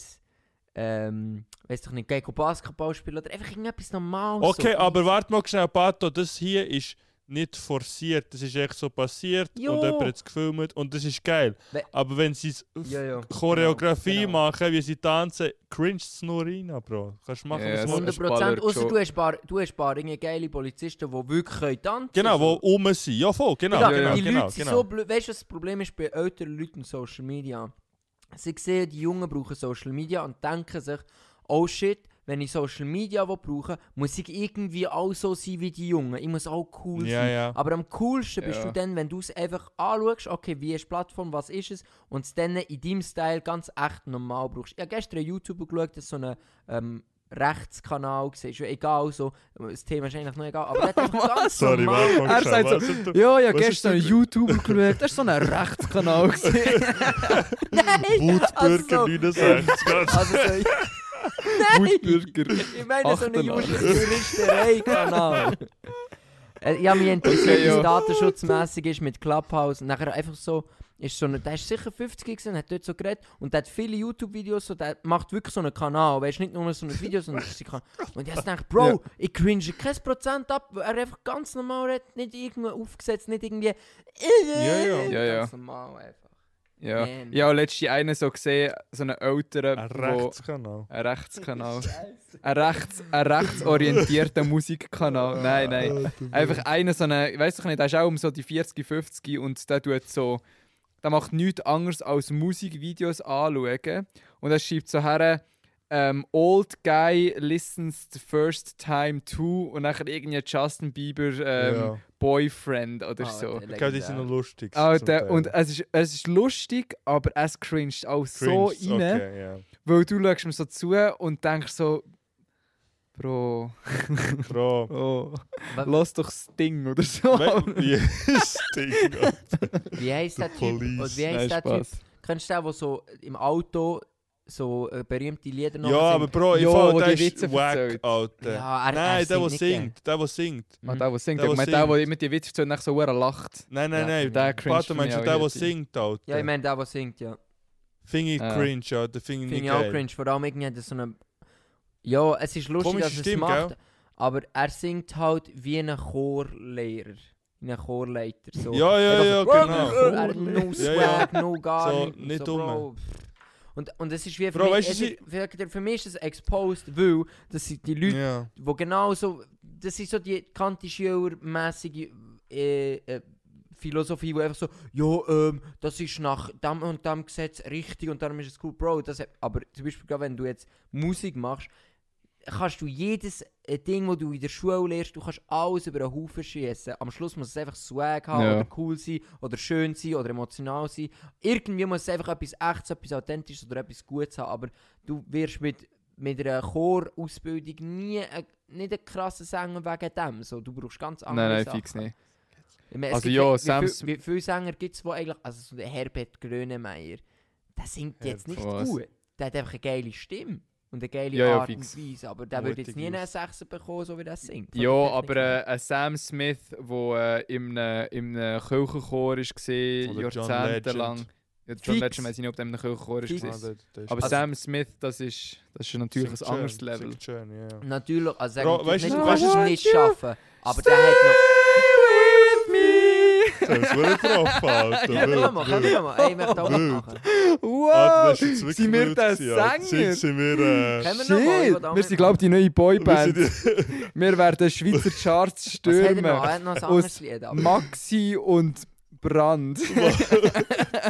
Speaker 2: ähm, weiß doch nicht, Gecko Basketball spielt oder einfach irgendetwas Normales.
Speaker 3: Okay,
Speaker 2: so.
Speaker 3: aber warte mal schnell, Pato, das hier ist nicht forciert, das ist echt so passiert
Speaker 2: Ja.
Speaker 3: und jemand hat es gefilmt und das ist geil.
Speaker 2: We-
Speaker 3: Aber wenn sie es
Speaker 2: Ja, ja.
Speaker 3: Choreografie
Speaker 2: Genau, genau.
Speaker 3: machen, wie sie tanzen, cringe es nur rein, Bro. Kannst du machen,
Speaker 1: Ja,
Speaker 3: was
Speaker 1: es
Speaker 3: du willst.
Speaker 2: 100%
Speaker 1: Ballert
Speaker 2: außer
Speaker 1: schon.
Speaker 2: du hast paar, du hast paar irgendwie geile Polizisten, die wirklich können tanzen
Speaker 3: Genau, wo
Speaker 2: so.
Speaker 3: rum sind. Ja, voll, genau.
Speaker 2: Digga,
Speaker 1: Ja,
Speaker 3: genau,
Speaker 2: Die
Speaker 3: genau,
Speaker 2: Leute sind
Speaker 3: genau.
Speaker 2: so blöd. Weißt du, was das Problem ist bei älteren Leuten und Social Media? Sie sehen, die Jungen brauchen Social Media und denken sich, oh shit, wenn ich Social Media will brauchen muss ich irgendwie auch so sein wie die Jungen. Ich muss auch cool
Speaker 3: Ja,
Speaker 2: sein.
Speaker 3: ja.
Speaker 2: Aber am coolsten bist
Speaker 1: Ja.
Speaker 2: du dann, wenn du es einfach anschaust, okay, wie ist die Plattform, was ist es, und es dann in deinem Style ganz echt normal brauchst. Ich habe gestern einen YouTuber geschaut, das ist so ein ähm, Rechtskanal, gesehen, ist ja egal, so, das Thema ist eigentlich noch egal, aber der hat einfach ganz
Speaker 3: Sorry,
Speaker 2: normal...
Speaker 3: warte mal
Speaker 1: Er sagt so,
Speaker 3: schnell, was ist-
Speaker 1: Ja, ja,
Speaker 3: Was ist
Speaker 1: gestern einen
Speaker 3: denn-
Speaker 1: YouTuber geschaut, das war so ein Rechtskanal. gewesen.
Speaker 2: Nein!
Speaker 3: Wutbürger
Speaker 2: also-
Speaker 3: 69.
Speaker 2: Also so,
Speaker 1: Wutbürger.
Speaker 2: ich meine so eine
Speaker 1: 88.
Speaker 2: Juristei-Kanal. Äh, Ja, mich interessiert,
Speaker 1: Okay,
Speaker 2: wie es
Speaker 1: ja.
Speaker 2: datenschutzmässig ist mit Clubhouse. Und nachher einfach so, ist so eine, der ist sicher 50 gewesen, hat dort so geredet und der hat viele YouTube-Videos, so, der macht wirklich so einen Kanal. Weißt du, nicht nur so ein Video, sondern so einen Kanal. Und ich hab gedacht, Bro,
Speaker 1: Ja.
Speaker 2: ich cringe kein Prozent ab, weil er einfach ganz normal redet, nicht irgendwo aufgesetzt, nicht irgendwie. Ja,
Speaker 3: ja.
Speaker 1: Ja, ja.
Speaker 2: Ganz normal einfach.
Speaker 1: Ja,
Speaker 2: Man.
Speaker 1: ich habe letztens einen so gesehen, so einen älteren,
Speaker 3: Ein
Speaker 1: wo-
Speaker 3: Rechtskanal.
Speaker 1: Ein Rechtskanal. ein, rechts, ein rechtsorientierter Musikkanal. Nein, nein.
Speaker 3: Ah,
Speaker 1: Einfach einer so eine, ich weiß doch nicht, der ist auch um so die 40, 50 und der tut so. Der macht nichts anderes als Musikvideos anschauen. Und er schreibt so her, ähm, Old Guy listens the first time to und nachher irgendwie Justin Bieber ähm,
Speaker 3: Ja.
Speaker 1: Boyfriend oder
Speaker 2: Ah,
Speaker 1: so.
Speaker 3: Ich glaube, die sind noch lustig.
Speaker 1: Alter, und es ist, es ist lustig, aber es cringet auch so rein.
Speaker 3: Okay, ja.
Speaker 1: Weil du schaust mir so zu und denkst so, Bro,
Speaker 3: Bro.
Speaker 1: oh,
Speaker 2: Wa-
Speaker 1: lass doch das Ding oder so.
Speaker 3: We- Wie ist das
Speaker 2: Wie heisst der Typ?
Speaker 3: Police.
Speaker 2: Oder wie
Speaker 1: Nein,
Speaker 2: heisst der Typ?
Speaker 1: Spaß.
Speaker 2: Kennst du den, der so im Auto so äh, berühmte Lieder noch
Speaker 3: Ja, aber
Speaker 2: singt?
Speaker 3: Bro, ich
Speaker 1: Ja,
Speaker 3: fand,
Speaker 1: wo
Speaker 3: der
Speaker 1: die
Speaker 3: ist
Speaker 1: Witze
Speaker 3: wack,
Speaker 1: erzählt.
Speaker 3: Alter.
Speaker 2: Ja, er- er
Speaker 3: nein, der,
Speaker 2: singt
Speaker 3: der
Speaker 2: nicht,
Speaker 3: singt, der, der singt.
Speaker 2: Mhm.
Speaker 1: Ah, der, der singt,
Speaker 3: Der,
Speaker 1: ich
Speaker 3: der
Speaker 1: meine, der,
Speaker 3: singt.
Speaker 1: der immer die Witze erzählt, nachher so verdammt lacht.
Speaker 3: Nein, nein,
Speaker 2: Ja,
Speaker 3: nein.
Speaker 1: Der cringe
Speaker 3: Warte,
Speaker 1: für
Speaker 3: meinst du,
Speaker 1: mich
Speaker 3: der,
Speaker 1: auch
Speaker 3: der
Speaker 1: richtig.
Speaker 3: singt, Alter?
Speaker 2: Ja, ich meine, der, der singt, ja.
Speaker 3: Finde ich
Speaker 1: Ja.
Speaker 3: cringe, Alter. Finde ich
Speaker 2: Finde
Speaker 3: nicht
Speaker 2: ich auch
Speaker 3: geil.
Speaker 2: cringe, vor allem irgendwie hat er so eine... Ja, es ist lustig,
Speaker 3: Komische
Speaker 2: dass er es
Speaker 3: Stimme,
Speaker 2: macht.
Speaker 3: gell?
Speaker 2: Aber er singt halt wie ein Chorlehrer. Wie ein Chorleiter. So.
Speaker 3: Ja, ja, ja,
Speaker 2: Einfach so,
Speaker 3: genau.
Speaker 2: Er hat no
Speaker 3: Ja,
Speaker 2: swag, no gar
Speaker 3: So,
Speaker 2: nichts. so,
Speaker 3: nicht dumm.
Speaker 2: Bro, pff. Und, und es ist wie für,
Speaker 3: Bro,
Speaker 2: mich,
Speaker 3: weisst du,
Speaker 2: es ist, für, für mich ist es exposed, weil das sind die Leute,
Speaker 3: Ja.
Speaker 2: wo genau so, das sind so die Kantischüler-mässige äh, äh, Philosophie, wo einfach so, ja, ähm, das ist nach dem und dem Gesetz richtig und darum ist es cool, Bro. Das, hat- aber zum Beispiel, gerade wenn du jetzt Musik machst, kannst du jedes äh, Ding, das du in der Schule lernst, du kannst alles über den Haufen schießen. Am Schluss muss es einfach Swag haben
Speaker 1: Ja.
Speaker 2: oder cool sein oder schön sein oder emotional sein. Irgendwie muss es einfach etwas Echtes, etwas Authentisches oder etwas Gutes haben, aber du wirst mit, mit einer Chorausbildung nie ein, nicht einen krassen Sänger wegen dem. So, du brauchst ganz andere
Speaker 1: Nein, nein,
Speaker 2: Sachen.
Speaker 1: fix nicht.
Speaker 2: Ich meine, es
Speaker 1: Also
Speaker 2: gibt
Speaker 1: ja,
Speaker 2: ja, wie,
Speaker 1: Sam
Speaker 2: viel, wie viele Sänger gibt es, die eigentlich. Also so der Herbert Grönemeyer, der singt jetzt nicht
Speaker 1: Herbert.
Speaker 2: gut. Der hat einfach eine geile Stimme und eine geile
Speaker 1: Ja, ja,
Speaker 2: Art
Speaker 1: fix.
Speaker 2: und Weise. Aber der würde jetzt
Speaker 3: Mutig
Speaker 2: nie
Speaker 3: aus.
Speaker 2: einen Sechser bekommen, so wie der singt. Von
Speaker 1: Ja,
Speaker 2: der
Speaker 1: aber
Speaker 2: Technik
Speaker 1: äh, ein Sam Smith, der äh, im im Kirchenchor war,
Speaker 3: Oder John
Speaker 1: jahrzehntelang.
Speaker 3: Legend.
Speaker 1: Ja, John
Speaker 2: Fix.
Speaker 1: Legend weiß ich nicht, ob der im Kirchenchor
Speaker 2: Fix.
Speaker 1: war.
Speaker 3: Ah, das- das ist-
Speaker 1: Aber
Speaker 2: Also-
Speaker 1: Sam Smith, das ist, das ist natürlich ein
Speaker 3: Singt
Speaker 1: anderes
Speaker 3: schön,
Speaker 1: Level.
Speaker 3: singt schön, ja, ja.
Speaker 2: her. Natürlich, also
Speaker 3: Bro,
Speaker 2: Bro,
Speaker 3: weißt
Speaker 2: nicht,
Speaker 3: du,
Speaker 2: du
Speaker 3: weißt
Speaker 2: kannst es
Speaker 1: du-
Speaker 2: nicht schaffen. Aber der hat noch.
Speaker 1: with me!
Speaker 3: Das ist wohl drauf, Alter.
Speaker 2: Ja, schau mal, schau mal, schau mal. Ey, ich möchte auch
Speaker 3: Wild.
Speaker 2: machen.
Speaker 1: Wow!
Speaker 3: das ist jetzt wirklich
Speaker 1: sind wir
Speaker 3: wild
Speaker 1: der
Speaker 3: gewesen, Alter.
Speaker 1: Sänger?
Speaker 3: Jetzt sind wir, äh,
Speaker 2: Können
Speaker 1: Shit!
Speaker 2: wir noch mal, ich will auch
Speaker 1: Wir sind,
Speaker 2: mitmachen.
Speaker 1: glaube ich, die neue
Speaker 3: wir
Speaker 1: Boyband.
Speaker 3: sind-
Speaker 1: Wir werden Schweizer Charts
Speaker 2: Was hat er noch?
Speaker 1: stürmen.
Speaker 2: Er hat noch
Speaker 1: Aus-
Speaker 2: ein anderes Lied. Aber.
Speaker 1: Maxi und Brand.
Speaker 2: Er hat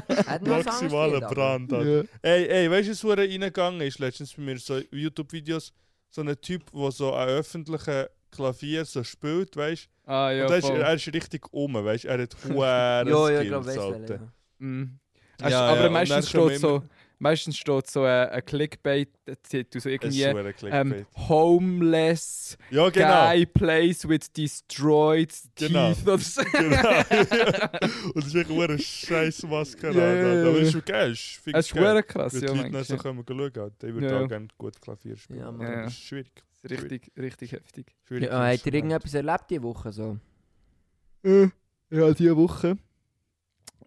Speaker 2: noch ein anderes Lied,
Speaker 3: maximaler
Speaker 2: aber-
Speaker 3: Brand, Alter.
Speaker 1: Ja.
Speaker 3: Ey, ey, weißt du, was hure reingegangen ist letztens bei mir so YouTube-Videos? So ein Typ, der so an öffentlichen Klavier so spielt, weißt du?
Speaker 1: Ah,
Speaker 3: Und
Speaker 1: ja.
Speaker 3: er ist,
Speaker 1: voll.
Speaker 3: er ist richtig um, weißt du? Er hat hure
Speaker 2: Ja, ja, ich glaube,
Speaker 3: Skills,
Speaker 2: weißt du.
Speaker 3: Alter.
Speaker 2: welcher.
Speaker 1: Mhm.
Speaker 3: Ja,
Speaker 1: Hast-
Speaker 3: ja,
Speaker 1: aber
Speaker 3: und dann
Speaker 1: meistens
Speaker 3: kommen
Speaker 1: steht so,
Speaker 3: immer-
Speaker 1: meistens steht so äh, ein, ein Clickbait-Titel, so
Speaker 3: Es ist
Speaker 1: irgendwie
Speaker 3: hure Clickbait.
Speaker 1: ähm, Homeless
Speaker 3: Ja, nou. genau.
Speaker 1: Guy Plays with Destroyed
Speaker 3: Genau.
Speaker 1: Teeth oder so.
Speaker 3: genau. Und es ist echt eine scheiß Maske.
Speaker 1: Ja, ja, ja.
Speaker 3: Alter. Aber es ist schon geil. Es
Speaker 1: Es
Speaker 3: ist
Speaker 1: ist
Speaker 3: wirklich geil.
Speaker 1: verdammt krass,
Speaker 3: Weil die
Speaker 1: ja,
Speaker 3: Leute dann so
Speaker 1: manchmal.
Speaker 3: kommen schauen. Alter. Ich würde
Speaker 1: Ja, ja.
Speaker 3: auch gerne gut Klavier spielen.
Speaker 2: Ja,
Speaker 3: Ja,
Speaker 2: Mann.
Speaker 1: Ja, ja.
Speaker 3: Das ist schwierig.
Speaker 1: Richtig, richtig heftig.
Speaker 3: schwierig
Speaker 2: Ja, hat er irgendetwas erlebt diese Woche so?
Speaker 1: Äh, ja, diese Woche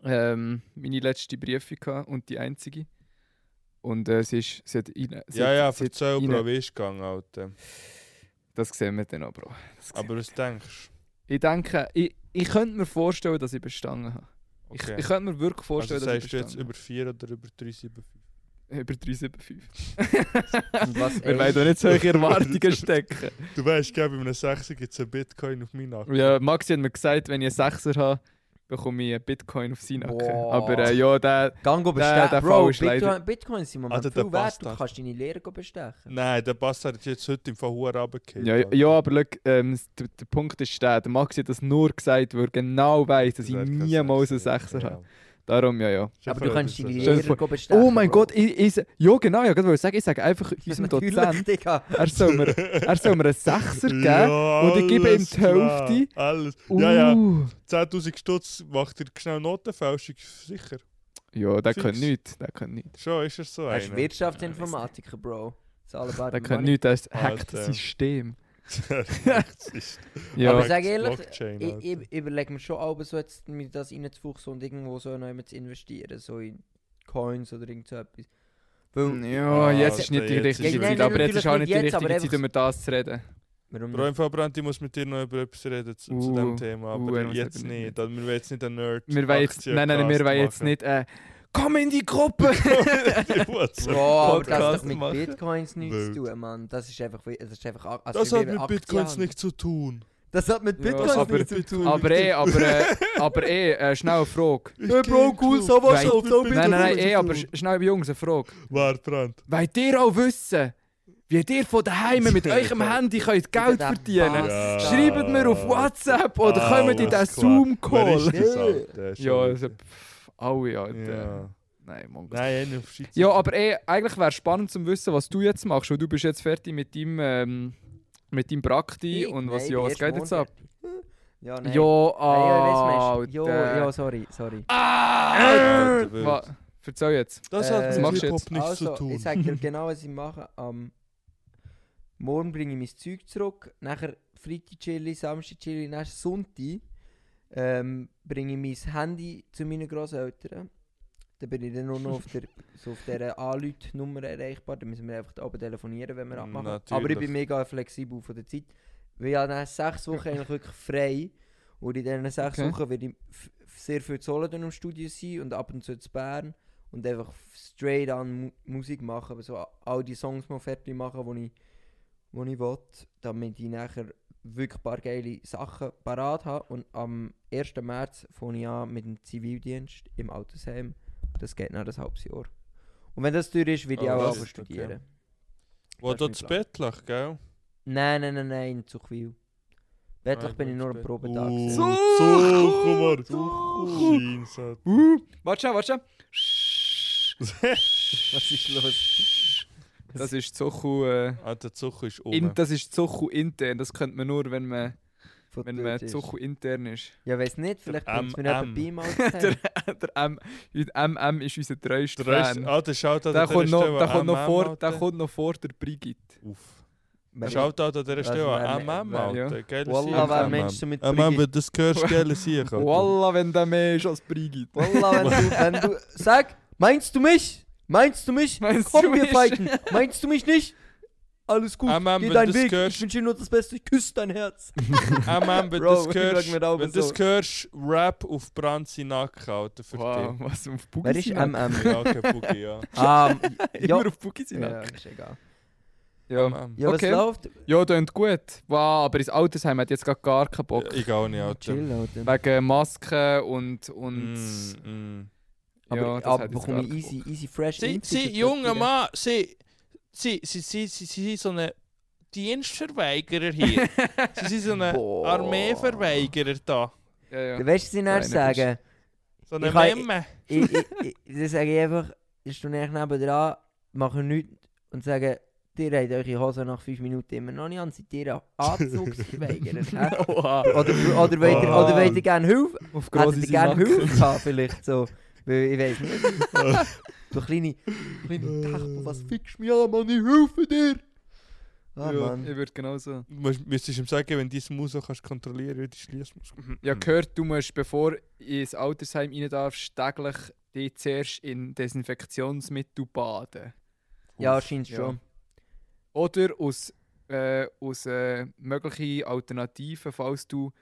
Speaker 1: ähm, meine letzte Prüfung gehabt und die einzige. Und äh, sie, ist, sie hat rein, sie
Speaker 3: Ja,
Speaker 1: hat,
Speaker 3: ja,
Speaker 1: sie hat,
Speaker 3: erzähl,
Speaker 1: rein.
Speaker 3: Bro, wie ist gegangen, Alter?
Speaker 1: Das sehen wir dann auch, Bro. Das sehen
Speaker 3: Aber was denkst
Speaker 1: wir. Ich denke, ich, ich könnte mir vorstellen, dass ich bestanden habe.
Speaker 3: du?
Speaker 1: Ich, ich könnte mir wirklich
Speaker 3: also
Speaker 1: vorstellen, dass ich
Speaker 3: sagst du jetzt
Speaker 1: bestanden
Speaker 3: über 4 oder über 3,75?
Speaker 1: habe. Über 375.
Speaker 2: Und was
Speaker 1: Wir
Speaker 2: ey,
Speaker 1: wollen doch nicht solche Erwartungen stecken.
Speaker 3: Du weißt, gell, bei einem 6er gibt es einen Bitcoin auf meinen Nacken.
Speaker 1: Ja, Maxi hat mir gesagt, wenn ich einen 6er habe, bekomme ich einen Bitcoin auf seinen Nacken.
Speaker 2: Boah.
Speaker 1: Aber äh, ja, der,
Speaker 2: Gang go
Speaker 1: Der- der
Speaker 2: bestechen. Bro,
Speaker 1: Fall ist leider- Also
Speaker 2: Bitcoin, Bitcoin sind im Moment
Speaker 3: Alter, der
Speaker 2: viel wert. Du
Speaker 3: Bastard.
Speaker 2: kannst deine Lehre go bestechen.
Speaker 3: Nein, der Bastard hat jetzt heute im Verhör runtergefallen.
Speaker 1: ja, ja, aber look, ähm, s- der, der Punkt ist der, der Maxi hat das nur gesagt, weil er genau weiß, dass ich niemals einen 6er habe. Darum, ja, ja.
Speaker 2: Aber du kannst deine
Speaker 1: Stell dir
Speaker 2: Lehre
Speaker 1: vor-
Speaker 2: go bestechen.
Speaker 1: Oh mein
Speaker 2: Bro.
Speaker 1: Gott, ich, ich, ja genau, ja, gerade wollte ich sagen, ich sage einfach unserem
Speaker 2: Natürlich,
Speaker 1: Dozent,
Speaker 2: Digga.
Speaker 1: er soll mir, er soll mir einen 6er geben. und ich gebe ihm die Hälfte.
Speaker 3: Alles. Ja, ja,
Speaker 1: Uh.
Speaker 3: 10.000 Stutz macht er schnell Notenfälschung, sicher.
Speaker 1: Ja, der
Speaker 3: Fix.
Speaker 1: kann nichts, der kann nichts.
Speaker 3: Schon ist er so
Speaker 2: Er ist
Speaker 3: einer.
Speaker 2: Wirtschaftsinformatiker, Bro. It's all about
Speaker 1: Der
Speaker 2: the
Speaker 1: kann
Speaker 2: money.
Speaker 1: nichts, der hackt das
Speaker 3: Alter.
Speaker 1: System.
Speaker 3: Das ist-
Speaker 1: Ja,
Speaker 2: Aber sag ehrlich,
Speaker 3: Blockchain,
Speaker 2: Ich,
Speaker 3: Alter.
Speaker 2: ich überlege mir schon, aber so jetzt mit das reinzufuchsen und irgendwo so noch einmal zu investieren. So in Coins oder irgend so etwas. Weil,
Speaker 1: ja jetzt ist nicht die
Speaker 3: Alter, jetzt
Speaker 1: richtige
Speaker 3: ist-
Speaker 1: Zeit,
Speaker 2: Nein,
Speaker 1: aber jetzt ist auch
Speaker 2: natürlich
Speaker 1: nicht die
Speaker 2: nicht jetzt, aber
Speaker 1: richtige Zeit,
Speaker 2: einfach-
Speaker 1: um über das zu reden.
Speaker 2: warum
Speaker 3: Bro,
Speaker 2: nicht?
Speaker 3: im Fall Brandt, ich muss mit dir noch über etwas reden zu, zu
Speaker 1: Uh,
Speaker 3: diesem Thema, aber
Speaker 1: uh, ich muss
Speaker 3: jetzt
Speaker 1: eben
Speaker 3: nicht.
Speaker 1: nicht.
Speaker 3: Also, wir wollen jetzt nicht ein Nerd.
Speaker 1: Wir wollen jetzt, nein, nein, wir wollen jetzt nicht, äh, komm in die Gruppe!
Speaker 2: Bro, aber das hat
Speaker 1: Podcast
Speaker 2: doch mit
Speaker 1: machen.
Speaker 2: Bitcoins nichts zu
Speaker 3: Wild.
Speaker 2: tun, Mann. Das ist einfach. wie- Das, ist einfach a- also
Speaker 3: Das
Speaker 2: wie
Speaker 3: hat
Speaker 2: wir
Speaker 3: mit
Speaker 2: Aktien
Speaker 3: Bitcoins
Speaker 2: haben.
Speaker 3: nichts zu tun.
Speaker 2: Das hat mit
Speaker 1: Ja,
Speaker 2: Bitcoins
Speaker 1: aber-
Speaker 2: nichts zu tun.
Speaker 1: aber eh, aber, äh, aber eh, äh, schnell eine Frage.
Speaker 3: Ich Hey, Bro, geh cool, schon.
Speaker 1: sowas Nein.
Speaker 3: auf, so
Speaker 1: Nein, nein, nein,
Speaker 3: Bitcoin.
Speaker 1: eh, aber sch- schnell, Jungs, eine Frage.
Speaker 3: Wart, Brandt.
Speaker 1: Wollt ihr auch wissen, wie ihr von daheim mit eurem Handy könnt Geld
Speaker 2: Der
Speaker 1: verdienen
Speaker 2: Bastard.
Speaker 3: Ja.
Speaker 1: Schreibt mir auf WhatsApp oder
Speaker 3: Ah,
Speaker 1: kommt in den
Speaker 3: alles klar. Wer ist
Speaker 1: Zoom-Call.
Speaker 3: das,
Speaker 2: Nee.
Speaker 3: Alter? Schon
Speaker 1: Ja, also,
Speaker 3: wieder.
Speaker 1: pff, alle, Alter.
Speaker 3: Ja.
Speaker 1: Nein, Mongo.
Speaker 3: Nein, einer auf Schweizer.
Speaker 1: Ja, aber eh, eigentlich wäre es spannend zu wissen, was du jetzt machst, weil du bist jetzt fertig mit deinem, ähm, mit deinem Prakti und was,
Speaker 2: Nein,
Speaker 1: ja,
Speaker 2: bin
Speaker 1: was
Speaker 2: erst
Speaker 1: geht jetzt ab?
Speaker 2: morgen. Ja, nein.
Speaker 1: Ja,
Speaker 2: Ah,
Speaker 1: ah,
Speaker 2: ja, ja, sorry, sorry.
Speaker 1: Ah!
Speaker 3: Alter, wild.
Speaker 1: Wa- Erzähl jetzt.
Speaker 3: Das
Speaker 2: Äh,
Speaker 3: hat
Speaker 2: Was
Speaker 3: mit
Speaker 1: machst du
Speaker 3: Hip-Hop
Speaker 1: jetzt?
Speaker 3: nichts
Speaker 2: also,
Speaker 3: zu tun.
Speaker 2: ich sage dir genau, was ich mache. Am morgen bringe ich mein Zeug zurück, nachher Freitag Chili, Samstag Chili, nachher Sonntag ähm, bringe ich mein Handy zu meinen Grosseltern. Dann bin ich dann nur noch auf der so auf dieser Anleute-Nummer erreichbar. Da müssen wir einfach oben telefonieren, wenn wir abmachen. Aber ich
Speaker 3: Natürlich.
Speaker 2: bin mega flexibel von der Zeit. Weil ich habe dann sechs Wochen eigentlich wirklich frei. Und in diesen sechs
Speaker 1: Okay.
Speaker 2: Wochen werde ich f- sehr viel zu Solothurn im Studio sein und ab und zu zu Bern. Und einfach straight an Mu Musik machen. Aber so a- all die Songs mal fertig machen, die ich, wo ich will. Damit ich nachher wirklich ein paar geile Sachen parat habe. Und am 1. März fange ich an mit dem Zivildienst im Altersheim. Das geht nach das halbes Jahr. Und wenn das durch ist, werde ich
Speaker 3: Ah,
Speaker 2: auch
Speaker 3: das
Speaker 2: anfangen
Speaker 3: ist okay.
Speaker 2: studieren. Das
Speaker 3: Wo
Speaker 2: ist
Speaker 3: du
Speaker 2: mein
Speaker 3: zu
Speaker 2: Plan.
Speaker 3: Bett lachst, gell?
Speaker 2: Nein, nein, nein, nein, in Zuchwil. Bettlich
Speaker 3: Ah,
Speaker 2: bin ich
Speaker 3: gut,
Speaker 2: nur am
Speaker 3: gut.
Speaker 2: Probetag.
Speaker 3: Uh,
Speaker 2: gewesen.
Speaker 1: So-
Speaker 3: Zuckermann.
Speaker 1: Zuckermann.
Speaker 3: Scheiße.
Speaker 1: Uh, warte schon, warte schon. Was
Speaker 2: ist los?
Speaker 1: Das ist Zochu. Äh,
Speaker 3: Ah, der Zucker ist um.
Speaker 1: in, das ist Zochu intern. Das könnte man nur, wenn man,
Speaker 2: Von
Speaker 1: wenn
Speaker 2: dort
Speaker 1: man
Speaker 2: ist.
Speaker 1: Zochu intern ist.
Speaker 2: Ja, weiß nicht, vielleicht
Speaker 3: Der
Speaker 2: bringt es mir
Speaker 3: MM.
Speaker 2: jemand bei mal zu
Speaker 1: Der,
Speaker 2: haben.
Speaker 1: der M, MM ist unser treuster
Speaker 3: der Rest,
Speaker 1: Fan.
Speaker 3: ah, der schaut an
Speaker 1: Der
Speaker 3: dieser
Speaker 1: kommt, noch,
Speaker 3: Stelle
Speaker 1: der, kommt noch
Speaker 3: MM,
Speaker 1: vor,
Speaker 3: Alter.
Speaker 1: der kommt noch vor der Brigitte.
Speaker 3: Uff.
Speaker 2: Wenn ich-
Speaker 3: Schaut an dieser Stelle
Speaker 2: wer-
Speaker 3: an MM,
Speaker 2: wer-
Speaker 1: ja.
Speaker 3: Alter. Geil
Speaker 2: Wallah, wer Mensch so mit
Speaker 3: MM,
Speaker 2: Brigitte...
Speaker 3: wenn du das hörst, geil Sieg. Alter.
Speaker 1: Wallah, wenn der mehr ist als Brigitte.
Speaker 2: Wallah, wenn du, wenn du... Sag, meinst du mich? Meinst du mich?
Speaker 1: Meinst
Speaker 2: Komm,
Speaker 1: du
Speaker 2: wir
Speaker 1: mich?
Speaker 2: fighten. Meinst du mich nicht? Alles gut,
Speaker 3: MM,
Speaker 2: geh
Speaker 3: wenn
Speaker 2: deinen
Speaker 3: du's
Speaker 2: Weg. Ich
Speaker 3: hörst-
Speaker 2: wünsche dir nur das Beste, ich küsse dein Herz.
Speaker 3: MM, wenn du
Speaker 2: Bro,
Speaker 3: das
Speaker 2: ich
Speaker 3: hörst,
Speaker 2: schlag mir die Augen
Speaker 3: wenn du das
Speaker 2: so.
Speaker 3: hörst, Rap auf Branzi Nacken, Alter, für
Speaker 1: Wow, was auf Bugis
Speaker 2: Wer ist MM?
Speaker 3: dich. Ja, okay, Boogie, ja.
Speaker 2: Ah,
Speaker 1: Immer auf Bugis
Speaker 2: ja, ist egal.
Speaker 1: Ja,
Speaker 3: MM.
Speaker 2: Ja, was
Speaker 1: Okay.
Speaker 2: läuft?
Speaker 1: ja tönt gut. Wow, aber ins Altersheim hat jetzt grad gar keinen Bock.
Speaker 3: Ich auch nicht, Alter.
Speaker 2: Chill, Alter.
Speaker 1: Wegen Masken und. und
Speaker 3: Mm, mm.
Speaker 2: Aber,
Speaker 1: ja, das
Speaker 2: aber
Speaker 1: hat jetzt
Speaker 2: bekomme
Speaker 1: gar
Speaker 2: ich
Speaker 1: keinen
Speaker 2: easy, easy fresh
Speaker 3: Sie,
Speaker 2: Insight
Speaker 3: sie
Speaker 2: auf
Speaker 3: junger
Speaker 2: das
Speaker 3: Mann, sie, sie, sie, sie, sie, sie sind so eine Dienstverweigerer hier. sie sind so eine
Speaker 2: Boah.
Speaker 3: Armeeverweigerer da.
Speaker 1: Ja, ja.
Speaker 2: Ding. Weißt du, was sie dann
Speaker 1: Kleiner
Speaker 2: sagen?
Speaker 3: So eine
Speaker 2: Ich kann-
Speaker 3: Memme.
Speaker 2: ich, ich, ich, dann sage ich einfach, ich stehe nicht nebenan, mache nichts und sage, ihr habt eure Hose nach 5 Minuten immer noch nicht an, seid ihr ein Anzugsverweigerer. hä?
Speaker 1: Oha.
Speaker 2: oder oder wollt ihr,
Speaker 3: Wow.
Speaker 2: oder wollt ihr gerne Hilfe?
Speaker 1: Auf
Speaker 2: Hättet
Speaker 1: grosse
Speaker 2: ihr gerne
Speaker 1: Sinaken.
Speaker 2: Hilfe gehabt vielleicht so? Weil ich weiß nicht. so kleine,
Speaker 1: Eh.
Speaker 2: kleine Techno, was fickst du mich an, Mann, ich helfe dir! Ah,
Speaker 1: ja,
Speaker 2: Mann.
Speaker 1: ich würde genauso.
Speaker 3: Du musst- müsstest ihm sagen, wenn du diesen Muso kannst kontrollieren kannst, die Schließmuskel.
Speaker 1: Ja, gehört, du musst, bevor du ins Altersheim rein darfst, täglich dich zuerst in Desinfektionsmittel baden.
Speaker 2: Ja, scheint
Speaker 1: Ja.
Speaker 2: schon.
Speaker 1: Oder aus, äh, aus äh, möglichen Alternativen, falls du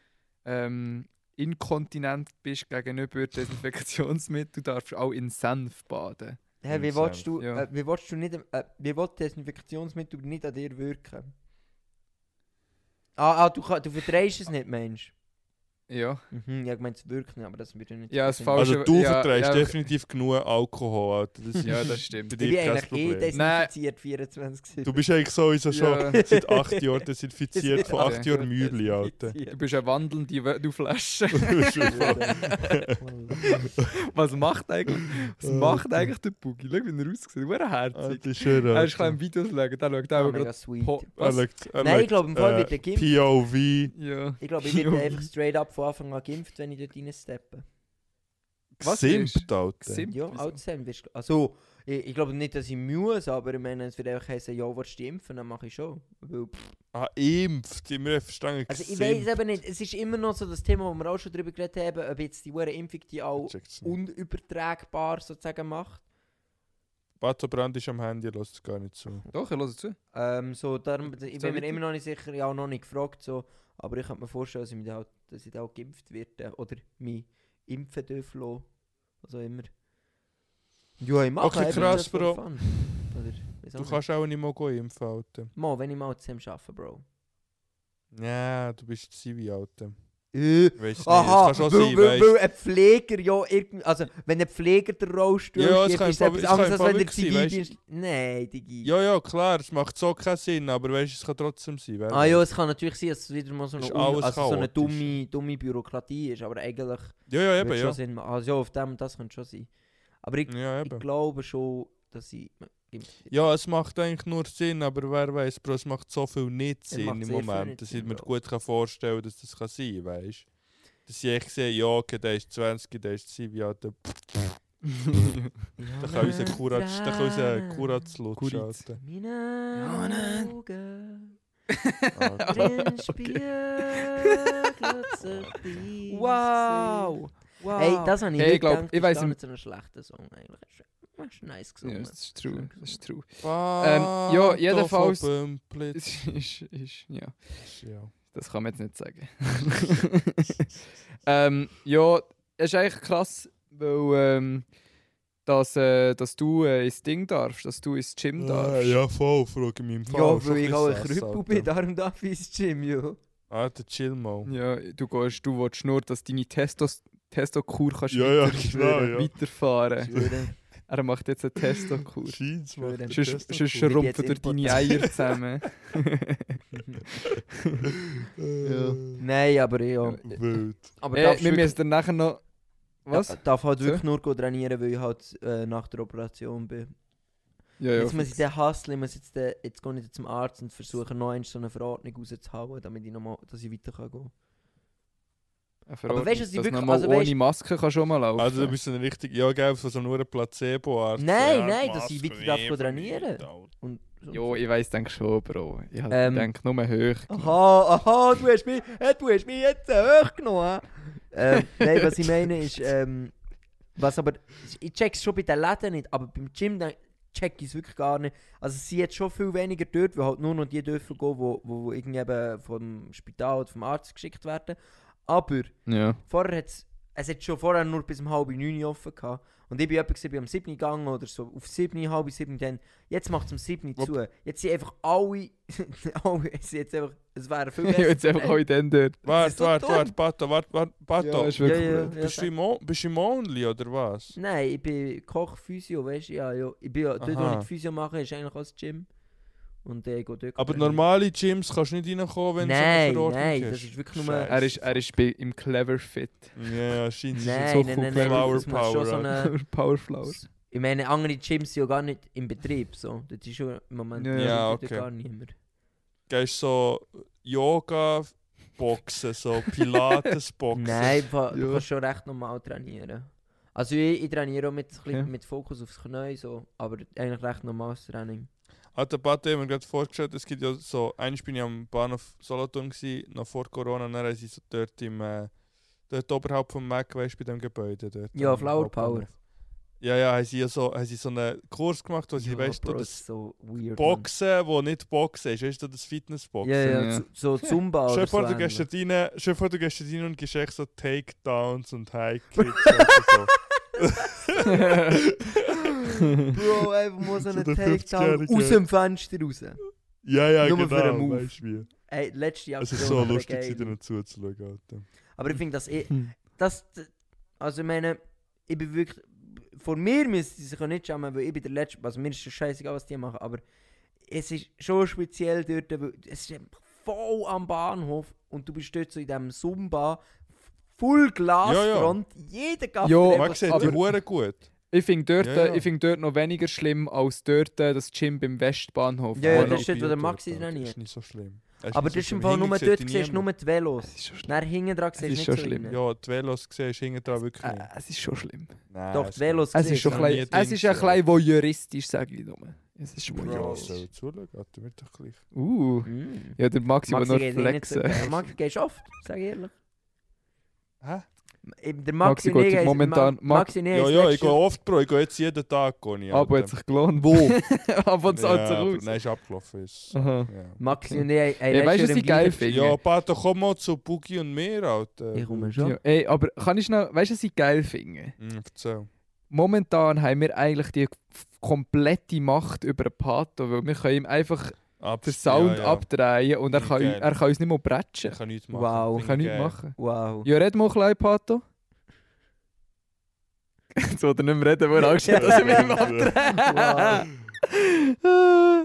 Speaker 1: ähm, inkontinent bist gegenüber Desinfektionsmitteln, darfst du auch in Senf baden.
Speaker 2: Hey, wie
Speaker 3: Insane.
Speaker 2: willst du,
Speaker 1: Ja.
Speaker 2: äh, wie willst du nicht, äh, wie willst Desinfektionsmittel nicht an dir wirken? Ah, ah du, kann- du verdrehst es nicht, Mensch.
Speaker 1: Ja,
Speaker 2: Mhm, ja, ich meine, es wirkt nicht, aber das würde nicht.
Speaker 1: ja das
Speaker 2: Sinn machen.
Speaker 1: falsche.
Speaker 3: Also du
Speaker 1: ja,
Speaker 3: vertreibst
Speaker 1: ja,
Speaker 3: definitiv genug Alkohol, Alter. Das ist
Speaker 1: Ja, das
Speaker 3: bei
Speaker 1: stimmt.
Speaker 2: Ich
Speaker 3: dir
Speaker 2: bin
Speaker 3: kein
Speaker 2: eigentlich eh
Speaker 3: Problem.
Speaker 2: desinfiziert, 24
Speaker 3: Du bist eigentlich sowieso schon
Speaker 1: Ja,
Speaker 3: seit 8 Jahren desinfiziert, von
Speaker 1: Okay.
Speaker 3: 8 Jahren Mübli, Alter.
Speaker 1: du bist eine wandelnde Wö- du Flasche.
Speaker 2: Desinfiziert.
Speaker 1: Was macht eigentlich, was macht eigentlich der Boogie? Schau, wie er aussieht. Wer
Speaker 3: Ah,
Speaker 1: herzig.
Speaker 3: Das ist schön,
Speaker 1: Er ist
Speaker 3: Alter.
Speaker 1: klein im Videos schauen, der schaut
Speaker 2: Oh,
Speaker 1: auch
Speaker 2: mega
Speaker 1: gerade.
Speaker 2: sweet.
Speaker 1: Po-
Speaker 3: Er
Speaker 1: Was?
Speaker 3: schaut- er
Speaker 2: Nein, ich
Speaker 3: schaut,
Speaker 2: glaube, im Fall
Speaker 3: äh,
Speaker 2: wird der Gimpf.
Speaker 3: POV.
Speaker 1: Ja.
Speaker 2: Ich glaube, ich werde
Speaker 1: Junge.
Speaker 2: einfach straight up von Anfang an geimpft, wenn ich dort reinsteppe.
Speaker 1: Was
Speaker 3: Gesimpt,
Speaker 1: ist?
Speaker 3: Alter.
Speaker 1: Simp,
Speaker 2: Ja,
Speaker 1: wieso?
Speaker 2: Alzheimer wirst du. Also, ich, ich glaube nicht, dass ich muss, aber ich meine, es wird einfach heißen, ja, willst du dich impfen? Dann mache ich schon. Weil,
Speaker 3: Ah, impft. Ich habe verstanden.
Speaker 2: Also ich
Speaker 3: gesimpt.
Speaker 2: weiß eben nicht, es ist immer noch so das Thema, wo wir auch schon drüber geredet haben, ob jetzt die hure Impfung die auch
Speaker 3: Checkt's nicht.
Speaker 2: unübertragbar sozusagen macht.
Speaker 3: Bato Brand ist am Handy, lässt es gar nicht zu.
Speaker 1: Doch, ich höre zu.
Speaker 2: Ähm, so, darum, ich
Speaker 1: So
Speaker 2: bin mir
Speaker 1: weiter?
Speaker 2: immer noch nicht sicher, ich habe noch nicht gefragt, so, aber ich könnte mir vorstellen, dass ich, mich da halt, dass ich da auch geimpft werde oder mich impfen dürfen lassen. Also immer. Ja, ich mache
Speaker 3: Okay,
Speaker 2: eben
Speaker 3: krass,
Speaker 2: just for
Speaker 3: Bro.
Speaker 2: fun. Oder, weiss auch
Speaker 3: Du
Speaker 2: nicht.
Speaker 3: kannst auch nicht mal gehen impfen, Alter.
Speaker 2: Mal, wenn ich mal zusammen arbeite, Bro.
Speaker 3: Ja, du bist Zivi, Alter.
Speaker 2: Äh,
Speaker 3: Weißt du
Speaker 2: Aha,
Speaker 3: nicht, das kann schon
Speaker 2: weil,
Speaker 3: sein,
Speaker 2: weil,
Speaker 3: weißt
Speaker 2: weil ein Pfleger ja irgendwie, also wenn ein Pfleger den Rollstuhl
Speaker 3: Ja, es
Speaker 2: stirbt,
Speaker 3: kann
Speaker 2: ist
Speaker 3: im Fall-
Speaker 2: etwas
Speaker 3: es kann
Speaker 2: anderes,
Speaker 3: im
Speaker 2: als
Speaker 3: Fall
Speaker 2: wenn der
Speaker 3: wirklich sein, weisst du.
Speaker 2: Zivildienst... Nein, Digi.
Speaker 3: Ja, ja, klar, es macht so keinen Sinn, aber weißt du, es kann trotzdem sein, weißt
Speaker 2: ah ja, es kann natürlich sein, dass es wieder mal so eine,
Speaker 3: Ist
Speaker 2: Un-
Speaker 3: alles
Speaker 2: also so eine
Speaker 3: chaotisch.
Speaker 2: dumme, dumme Bürokratie ist, aber eigentlich
Speaker 3: Ja, ja,
Speaker 2: würde
Speaker 3: eben,
Speaker 2: es schon
Speaker 3: ja.
Speaker 2: Sinn machen. Also ja, auf dem, das könnte schon sein. Aber ich,
Speaker 3: Ja,
Speaker 2: ich
Speaker 3: eben.
Speaker 2: glaube schon, dass ich...
Speaker 3: Ja, es macht eigentlich nur Sinn, aber wer weiß, Bro, es macht so viel nicht
Speaker 2: macht
Speaker 3: Sinn im
Speaker 2: sehr viel nicht
Speaker 3: Moment, dass ich
Speaker 2: Sinn,
Speaker 3: mir
Speaker 2: Bro.
Speaker 3: gut kann vorstellen kann, dass das kann sein kann, weißt du? Dass ich echt sehe, ja, okay, der ist 20, der ist Zivi, Alter. Da kann unser Kuratz, da kann unser Kuratz lutschen,
Speaker 1: Kuritz.
Speaker 3: Alter.
Speaker 2: Meine Augen
Speaker 3: Ah,
Speaker 2: drin
Speaker 1: Okay.
Speaker 2: spiegelt sich dein Gesicht.
Speaker 1: Wow! Wow!
Speaker 2: Hey, das habe ich
Speaker 1: Hey,
Speaker 2: nicht
Speaker 1: ich glaub,
Speaker 2: gedacht,
Speaker 1: ich
Speaker 2: ist
Speaker 1: weiss
Speaker 2: gar
Speaker 1: im-
Speaker 2: nicht so ein schlechter Song eigentlich. Das ist
Speaker 1: Ja,
Speaker 2: nice gesungen.
Speaker 1: das ist true, das ist true.
Speaker 3: Ähm,
Speaker 1: ja, jedenfalls-
Speaker 3: Pumplitz.
Speaker 1: Es ist, ist, ja.
Speaker 3: Ja.
Speaker 1: Das kann man jetzt nicht sagen. ähm, ja, es ist eigentlich krass, weil ähm, dass, äh, dass du äh, ins Ding darfst, dass du ins Gym
Speaker 3: Ah,
Speaker 1: darfst.
Speaker 3: ja, voll, frage mich im Fall.
Speaker 2: Ja,
Speaker 3: Schon
Speaker 2: weil ich
Speaker 3: bisschen
Speaker 2: auch ein
Speaker 3: sass,
Speaker 2: Krüppel
Speaker 3: Alter.
Speaker 2: bin, darum darf ich ins Gym, ja.
Speaker 3: Alter, chill mal.
Speaker 1: Ja, du gehst, du willst nur, dass deine Testos Testokur kannst
Speaker 3: Ja, ja,
Speaker 1: weiter-
Speaker 3: genau, ja.
Speaker 1: weiterfahren.
Speaker 2: Schwöre,
Speaker 1: Er macht jetzt eine Testokur.
Speaker 3: Scheint's,
Speaker 2: Schwöre.
Speaker 3: macht der
Speaker 1: Sonst
Speaker 3: Testo
Speaker 1: sonst
Speaker 3: cool.
Speaker 2: Ich
Speaker 1: schrumpfen
Speaker 2: bin
Speaker 1: durch
Speaker 2: jetzt
Speaker 1: deine Eier zusammen.
Speaker 3: Äh,
Speaker 2: Nein, aber ja.
Speaker 3: Wild.
Speaker 2: Aber
Speaker 1: Ey,
Speaker 2: darfst
Speaker 1: wir
Speaker 2: wirklich-
Speaker 1: müssen dann nachher noch... Was?
Speaker 2: Ja, darf halt
Speaker 1: So?
Speaker 2: wirklich nur go trainieren, weil ich halt äh, nach der Operation bin.
Speaker 1: Ja, ja.
Speaker 2: jetzt muss ich den hustlen, ich muss jetzt, den, jetzt gehe ich dann zum Arzt und versuche noch einmal so eine Verordnung rauszuhauen, damit ich nochmal, dass ich weiter kann gehen.
Speaker 1: Aber
Speaker 2: weißt
Speaker 1: weißt du,
Speaker 2: du, dass
Speaker 1: dass
Speaker 2: ich
Speaker 1: du
Speaker 2: wirklich-
Speaker 1: mal
Speaker 2: also weißt-
Speaker 1: ohne Maske kann schon mal laufen
Speaker 3: Also, du bist ein richtig, ja, gell, so so nur ein Placebo-Arzt.
Speaker 2: Nein,
Speaker 3: ja,
Speaker 2: nein, dass ich
Speaker 3: Maske,
Speaker 2: weiter darf
Speaker 3: nee,
Speaker 2: go trainieren.
Speaker 3: verdammt, Alter.
Speaker 2: Und so.
Speaker 1: Ja, ich weiss, denk schon, Bro. Ich halt
Speaker 2: Ähm,
Speaker 1: denk nur hoch.
Speaker 2: Aha, aha, du hast mich, äh, du hast mich jetzt äh, hochgenommen. ähm, nein, was ich meine ist, ähm, was aber, ich check's schon bei den Läden nicht, aber beim Gym dann check ich es wirklich gar nicht. Also es sind jetzt schon viel weniger dort, weil halt nur noch die dürfen gehen, wo, wo, wo irgendwie eben vom Spital oder vom Arzt geschickt werden. Aber
Speaker 1: Ja.
Speaker 2: vorher hat's, es hat schon vorher nur bis um halb neun offen gehabt. Und ich bin etwa gewesen, bin um 7 Uhr gegangen oder so, auf 7, halb 7 dann. Jetzt macht es um 7 Uhr zu. Jetzt sind einfach alle, alle es sind jetzt einfach, es wäre viel besser.
Speaker 1: jetzt einfach auch in den dort.
Speaker 2: Das ist
Speaker 3: Warte,
Speaker 2: so
Speaker 3: warte,
Speaker 2: dumm.
Speaker 3: warte, Pato, warte, warte, Pato.
Speaker 1: ist
Speaker 2: ja,
Speaker 1: wirklich
Speaker 2: ja,
Speaker 1: blöd.
Speaker 2: ja,
Speaker 3: bist, du
Speaker 2: sag-
Speaker 3: im O- bist du im Only oder was?
Speaker 2: Nein, ich bin Koch, Physio, weißt du, ja, ja. Ich bin ja, dort, wo
Speaker 3: Aha.
Speaker 2: ich die Physio mache, ist eigentlich auch das Gym. Und äh, ich gehe dort.
Speaker 3: Aber
Speaker 2: trainieren.
Speaker 3: normale Gyms kannst du nicht reinkommen, wenn
Speaker 2: Nein,
Speaker 3: du so eine Verordnung
Speaker 2: nein,
Speaker 3: hast.
Speaker 2: das ist wirklich nur-
Speaker 1: Er ist, er ist bei, im Clever Fit.
Speaker 3: Ja, scheint
Speaker 2: Nein,
Speaker 3: so
Speaker 2: nein, nein, nein,
Speaker 3: Flower
Speaker 2: das muss schon so
Speaker 3: Power.
Speaker 2: eine...
Speaker 1: Powerflower.
Speaker 2: Ich meine, andere Gyms sind ja gar nicht im Betrieb, so. Das ist schon im Moment
Speaker 1: Ja,
Speaker 3: ja,
Speaker 2: dort
Speaker 3: okay.
Speaker 2: gar niemand.
Speaker 3: Gehst so Yoga-Boxen, so Pilates-Boxen.
Speaker 2: Nein, pa- du
Speaker 1: Ja.
Speaker 2: kannst schon recht normal trainieren. Also ich, ich trainiere auch mit, ein bisschen
Speaker 1: Okay.
Speaker 2: mit Fokus aufs Knie, so, aber eigentlich recht normales Training.
Speaker 3: Hat der Pato immer gerade vorgestellt, es gibt ja so, einmal bin ich am Bahnhof Solothurn gewesen, noch vor Corona, und dann haben sie so dort im, äh, dort oberhalb vom Mac, weißt du, bei dem Gebäude dort.
Speaker 2: Ja,
Speaker 3: am
Speaker 2: Flower Power.
Speaker 3: Hauptbahnhof. Ja, ja, haben sie ja so, haben sie so einen Kurs gemacht, wo sie,
Speaker 2: Ja,
Speaker 3: weißt du,
Speaker 2: Bro,
Speaker 3: das
Speaker 2: ist so weird.
Speaker 3: Boxen, wo nicht Boxen ist, weißt du, das Fitnessboxen.
Speaker 2: Mann. Ja, ja,
Speaker 1: ja.
Speaker 2: zu- so Zumba oder
Speaker 3: Stell
Speaker 2: so.
Speaker 3: dir vor, du gehst
Speaker 2: ähnlich.
Speaker 3: dort rein, stell dir vor, du gehst dort rein und gehst echt so Takedowns und High-Kicks und so.
Speaker 2: Bro, einfach mal so
Speaker 3: So
Speaker 2: einen
Speaker 3: der
Speaker 2: Takedown
Speaker 3: 50-Jährige.
Speaker 2: aus dem Fenster raus.
Speaker 3: Ja, ja,
Speaker 2: Nur für
Speaker 3: genau,
Speaker 2: einen Move.
Speaker 3: weisst du wie.
Speaker 2: Ey, letzte
Speaker 3: Es
Speaker 2: Aktion.
Speaker 3: ist so
Speaker 2: aber
Speaker 3: lustig,
Speaker 2: geil.
Speaker 3: sie denen zuzuschauen, Alter.
Speaker 2: Aber ich finde das eh...
Speaker 1: Hm.
Speaker 2: Das, also ich meine, ich bin wirklich... Von mir müssen sie sich auch nicht schämen, weil ich bin der Letzte... Also mir ist schon scheißegal, was die machen, aber... Es ist schon speziell dort, weil es ist einfach voll am Bahnhof und du bist dort so in diesem Sumba, full Glasfront, jeder Gaffel...
Speaker 1: Ja,
Speaker 2: einfach
Speaker 3: Man sieht
Speaker 1: aber-
Speaker 3: die Huren gut.
Speaker 1: Ich finde dort,
Speaker 3: Ja, ja.
Speaker 1: ich find dort noch weniger schlimm als dort äh, das Gym beim Westbahnhof.
Speaker 2: Ja, ja,
Speaker 1: Wo
Speaker 2: das
Speaker 1: noch-
Speaker 2: ist dort, wo der Maxi trainiert.
Speaker 3: Das ist nicht so schlimm.
Speaker 2: aber das ist im Fall nur dort, siehst du nur die Velos.
Speaker 1: es ist schon schlimm.
Speaker 2: Dann hinten dran
Speaker 1: ist
Speaker 2: siehst du nicht
Speaker 1: schon
Speaker 2: so
Speaker 1: schlimm,
Speaker 2: rein.
Speaker 3: Ja, die Velos siehst du hinten dran wirklich
Speaker 1: Äh,
Speaker 3: nicht.
Speaker 1: es ist schon schlimm.
Speaker 3: Nein,
Speaker 2: Doch, die Velos
Speaker 1: Es ist
Speaker 2: siehst
Speaker 1: schon
Speaker 2: du.
Speaker 3: noch nie
Speaker 1: klein, es
Speaker 3: Dings,
Speaker 1: ist ein
Speaker 3: ja.
Speaker 1: klein voyeuristisch, sage ich nur. Es ist
Speaker 3: Ja,
Speaker 1: voyeuristisch.
Speaker 3: soll zuschauen, Alter, wird doch gleich.
Speaker 1: Uh,
Speaker 2: Mm.
Speaker 1: ja, der Maxi,
Speaker 2: Maxi
Speaker 1: will
Speaker 2: geht
Speaker 1: nur
Speaker 2: eh nicht so
Speaker 1: flexen.
Speaker 2: gerne. Maxi gehst oft, sag ich ehrlich.
Speaker 3: Hä?
Speaker 2: Eben, Der
Speaker 1: Maxi
Speaker 2: Maxi, und
Speaker 1: geht
Speaker 2: ich haben-
Speaker 1: momentan-
Speaker 2: Ma-
Speaker 1: Ma-
Speaker 2: Maxi und ich
Speaker 3: Ja,
Speaker 2: haben
Speaker 3: ja,
Speaker 2: das
Speaker 3: ich gehe
Speaker 2: letzte-
Speaker 3: oft, Bro, ich gehe jetzt jeden Tag. Geh ich,
Speaker 1: Aber
Speaker 3: Alter.
Speaker 1: hat sich gelohnt. Wo? Aber es zahlt sich
Speaker 3: Ja,
Speaker 1: aus.
Speaker 3: Nein, ist abgelaufen. Ist.
Speaker 1: Aha.
Speaker 3: Ja.
Speaker 2: Maxi und ich haben- haben
Speaker 1: Ja, weißt du, was
Speaker 2: letztes
Speaker 1: ich
Speaker 2: Jahr im
Speaker 1: geil
Speaker 2: gleichen-
Speaker 1: finde?
Speaker 3: Ja, Pato, komm mal zu Boogie und mir, Alter.
Speaker 2: Ich komme schon.
Speaker 1: Ja, ey, aber kann ich noch, weißt du, was ich geil finde?
Speaker 3: Hm, erzähl.
Speaker 1: Momentan haben wir eigentlich die f- komplette Macht über den Pato, weil wir können ihm einfach
Speaker 3: Ab,
Speaker 1: den Sound
Speaker 3: ja, ja.
Speaker 1: abdrehen und er kann,
Speaker 3: Geil.
Speaker 1: er kann uns nicht mal bretschen.
Speaker 3: Ich kann nichts machen.
Speaker 2: Wow.
Speaker 3: Finde
Speaker 1: Ich kann nichts
Speaker 3: geil.
Speaker 1: machen.
Speaker 2: Wow.
Speaker 1: Ja, red mal ein bisschen, Pato. Jetzt will er nicht mehr reden, wo er Angst hat, dass ich mit ihm abdrehe.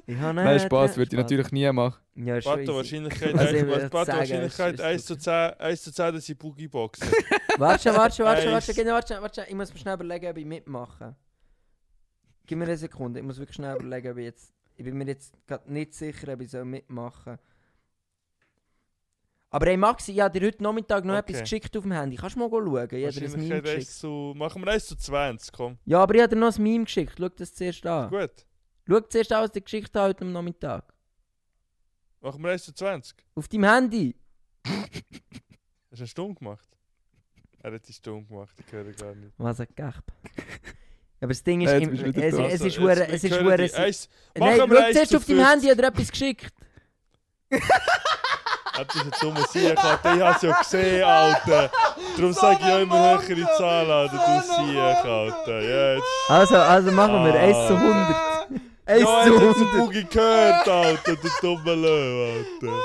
Speaker 2: Ich habe
Speaker 1: Nein, Spaß würde ich natürlich nie machen.
Speaker 2: Ja, ist schon
Speaker 3: Pato,
Speaker 2: easy.
Speaker 3: Wahrscheinlichkeit,
Speaker 2: Also, ich
Speaker 3: eins-
Speaker 2: würde
Speaker 3: Pato,
Speaker 2: sagen,
Speaker 3: Wahrscheinlichkeit
Speaker 2: es ist
Speaker 3: 1 zu 10, 1 zu 10, dass ich Boogie boxe.
Speaker 2: Warte, schon, warte, schon, warte, schon, warte,
Speaker 3: Eins.
Speaker 2: schon, genau, warte, schon, warte, schon. ich muss mir schnell überlegen, ob ich mitmache. Gib mir eine Sekunde, ich muss wirklich schnell überlegen, ob ich jetzt... Ich bin mir jetzt gerade nicht sicher, ob ich soll mitmachen Aber hey Maxi, ich habe dir heute Nachmittag noch
Speaker 3: Okay.
Speaker 2: etwas geschickt auf dem Handy. Kannst du mal schauen? Ich habe dir ein Meme
Speaker 3: Wahrscheinlichkeit
Speaker 2: geschickt.
Speaker 3: 1 zu. Machen wir 1 zu 20, komm.
Speaker 2: Ja, aber ich habe dir noch ein Meme geschickt. Schau das zuerst an.
Speaker 3: Gut.
Speaker 2: Schau zuerst an, was der geschickt hat heute am Nachmittag.
Speaker 3: Machen wir 1 zu 20.
Speaker 2: Auf deinem Handy.
Speaker 3: Hast du eine Stunde gemacht? Er hat die Stunde gemacht, ich höre gar nicht.
Speaker 2: Was ein Gap. Aber das Ding ist,
Speaker 1: Äh, jetzt
Speaker 2: im,
Speaker 1: bist du wieder
Speaker 2: es,
Speaker 1: da.
Speaker 2: es ist
Speaker 3: Also, jetzt-
Speaker 2: hure,
Speaker 3: wir
Speaker 2: es ist
Speaker 3: hören
Speaker 2: hure.
Speaker 3: die eins-
Speaker 2: Nein,
Speaker 3: Machen wir
Speaker 2: schau
Speaker 3: eins
Speaker 2: zuerst
Speaker 3: zu
Speaker 2: auf deinem
Speaker 3: 50.
Speaker 2: Handy, hat er etwas geschickt.
Speaker 3: Hättest du jetzt dumme Sieger gehabt? Ich hab's ja gesehen, Alter. Darum sag ich ja immer höhere Zahlen, Alter. Du Sieger, Alter. Ja, Jetzt.
Speaker 2: Also, also machen wir
Speaker 3: Ah.
Speaker 2: 1 zu 100. 1
Speaker 3: Ja,
Speaker 2: zu
Speaker 3: jetzt
Speaker 2: 100.
Speaker 3: hat's den Boogie gehört, Alter. Du dumme Löwe, Alter.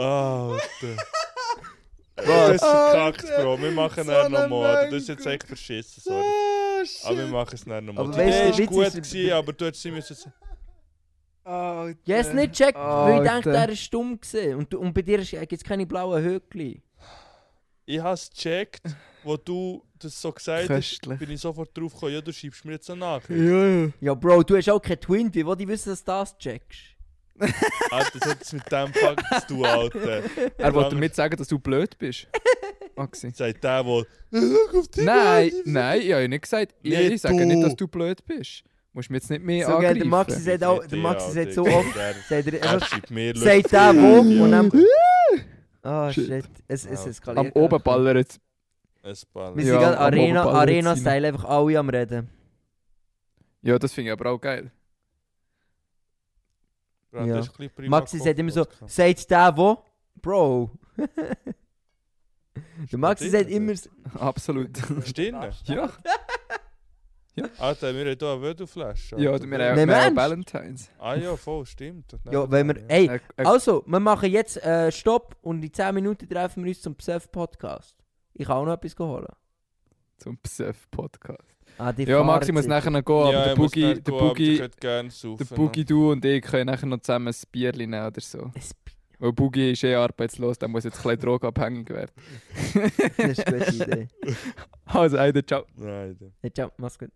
Speaker 3: Alter. Das ist verkackt, Bro. Wir machen
Speaker 1: So
Speaker 3: es
Speaker 1: ein
Speaker 3: nochmal, Alter. Das ist jetzt
Speaker 1: Mönch.
Speaker 3: echt verschissen, sorry.
Speaker 1: Oh,
Speaker 2: Ah,
Speaker 3: Aber wir
Speaker 1: shit.
Speaker 3: machen es dann nochmal.
Speaker 2: Aber
Speaker 3: Die
Speaker 2: weißt du,
Speaker 3: Idee
Speaker 2: der
Speaker 3: ist
Speaker 2: Witz
Speaker 3: gut,
Speaker 2: ist-
Speaker 3: gewesen, aber du hättest sie müssen...
Speaker 1: Alter.
Speaker 2: Ich hab's Ah, nicht gecheckt, weil ich
Speaker 1: Alter.
Speaker 2: dachte, er ist stumm gewesen. Und, du- und bei dir ist- gibt's keine blauen Höckli.
Speaker 3: Ich hab's gecheckt, wo du das so gesagt hast,
Speaker 1: Köstlich.
Speaker 3: bin ich sofort drauf gekommen, ja, du schreibst mir jetzt eine Nachricht.
Speaker 1: Ja,
Speaker 2: Ja, Bro, du hast auch keinen Twin, wie will ich wissen, dass du das checkst?
Speaker 3: Alter, das hat es mit dem Fakt zu tun, Alter.
Speaker 1: Er wollte damit sagen, dass du blöd bist. Maxi.
Speaker 3: Sagt der, der... Schau auf die
Speaker 1: Nein,
Speaker 3: Seite.
Speaker 1: nein, ich habe ja nicht gesagt. Ich,
Speaker 3: Nicht
Speaker 1: ich sage
Speaker 3: du.
Speaker 1: nicht, dass du blöd bist. Musst mir jetzt nicht mehr
Speaker 2: So, gell,
Speaker 1: angreifen.
Speaker 2: der Maxi sagt auch,
Speaker 3: Ich
Speaker 2: der
Speaker 3: seh
Speaker 2: Maxi
Speaker 3: dich,
Speaker 2: sagt so
Speaker 3: Alter.
Speaker 2: oft,
Speaker 3: Der-
Speaker 2: sagt er
Speaker 3: Er
Speaker 2: einfach,
Speaker 3: schreibt mir
Speaker 2: sagt der wo und dann... Ah,
Speaker 1: Shit.
Speaker 2: shit. Es, es
Speaker 3: Ja.
Speaker 1: Am
Speaker 2: eskaliert.
Speaker 1: oben ballert.
Speaker 2: Wir
Speaker 3: Ein
Speaker 2: sind
Speaker 1: Ja,
Speaker 2: gerade
Speaker 1: am
Speaker 2: Arena,
Speaker 1: Oberball
Speaker 2: Arena-Style
Speaker 1: jetzt
Speaker 2: einfach alle am Reden.
Speaker 1: Ja, das finde ich aber auch geil.
Speaker 2: Ja. Maxi sagt immer so, sagt der wo? Bro. der Maxi sagt
Speaker 3: eh,
Speaker 2: immer... s-
Speaker 1: Absolut.
Speaker 3: Stimmt.
Speaker 1: ja,
Speaker 3: Alter, wir haben hier eine Wödelflasche.
Speaker 1: ja,
Speaker 3: Alter.
Speaker 1: und wir haben
Speaker 2: Nein,
Speaker 1: wir haben auch
Speaker 2: Mensch.
Speaker 1: Valentines.
Speaker 3: Ah ja, voll, stimmt.
Speaker 2: Ja, wenn wir... Ey,
Speaker 1: Äh, äh,
Speaker 2: Also, wir machen jetzt äh, Stopp und in 10 Minuten treffen wir uns zum Psev-Podcast. Ich kann auch noch etwas holen.
Speaker 1: Zum Psev-Podcast.
Speaker 2: Ah, die
Speaker 1: Ja, Maxi
Speaker 2: fahren
Speaker 1: muss
Speaker 2: jetzt.
Speaker 1: nachher noch gehen, aber
Speaker 3: ja,
Speaker 1: der
Speaker 3: ich muss
Speaker 1: Boogie,
Speaker 3: nicht
Speaker 1: der
Speaker 3: gehen, aber ihr
Speaker 1: Boogie,
Speaker 3: könnt gerne
Speaker 1: der
Speaker 3: saufen, ne?
Speaker 1: Boogie, du und ich können nachher noch zusammen ein Bierli nehmen oder so.
Speaker 2: Es-
Speaker 1: Weil Boogie ist eh arbeitslos, der muss jetzt ein bisschen drogenabhängig werden.
Speaker 2: Das ist eine gute Idee.
Speaker 1: also, einer, ciao.
Speaker 3: ne? Nein, Alter.
Speaker 2: Ja, ciao, mach's gut.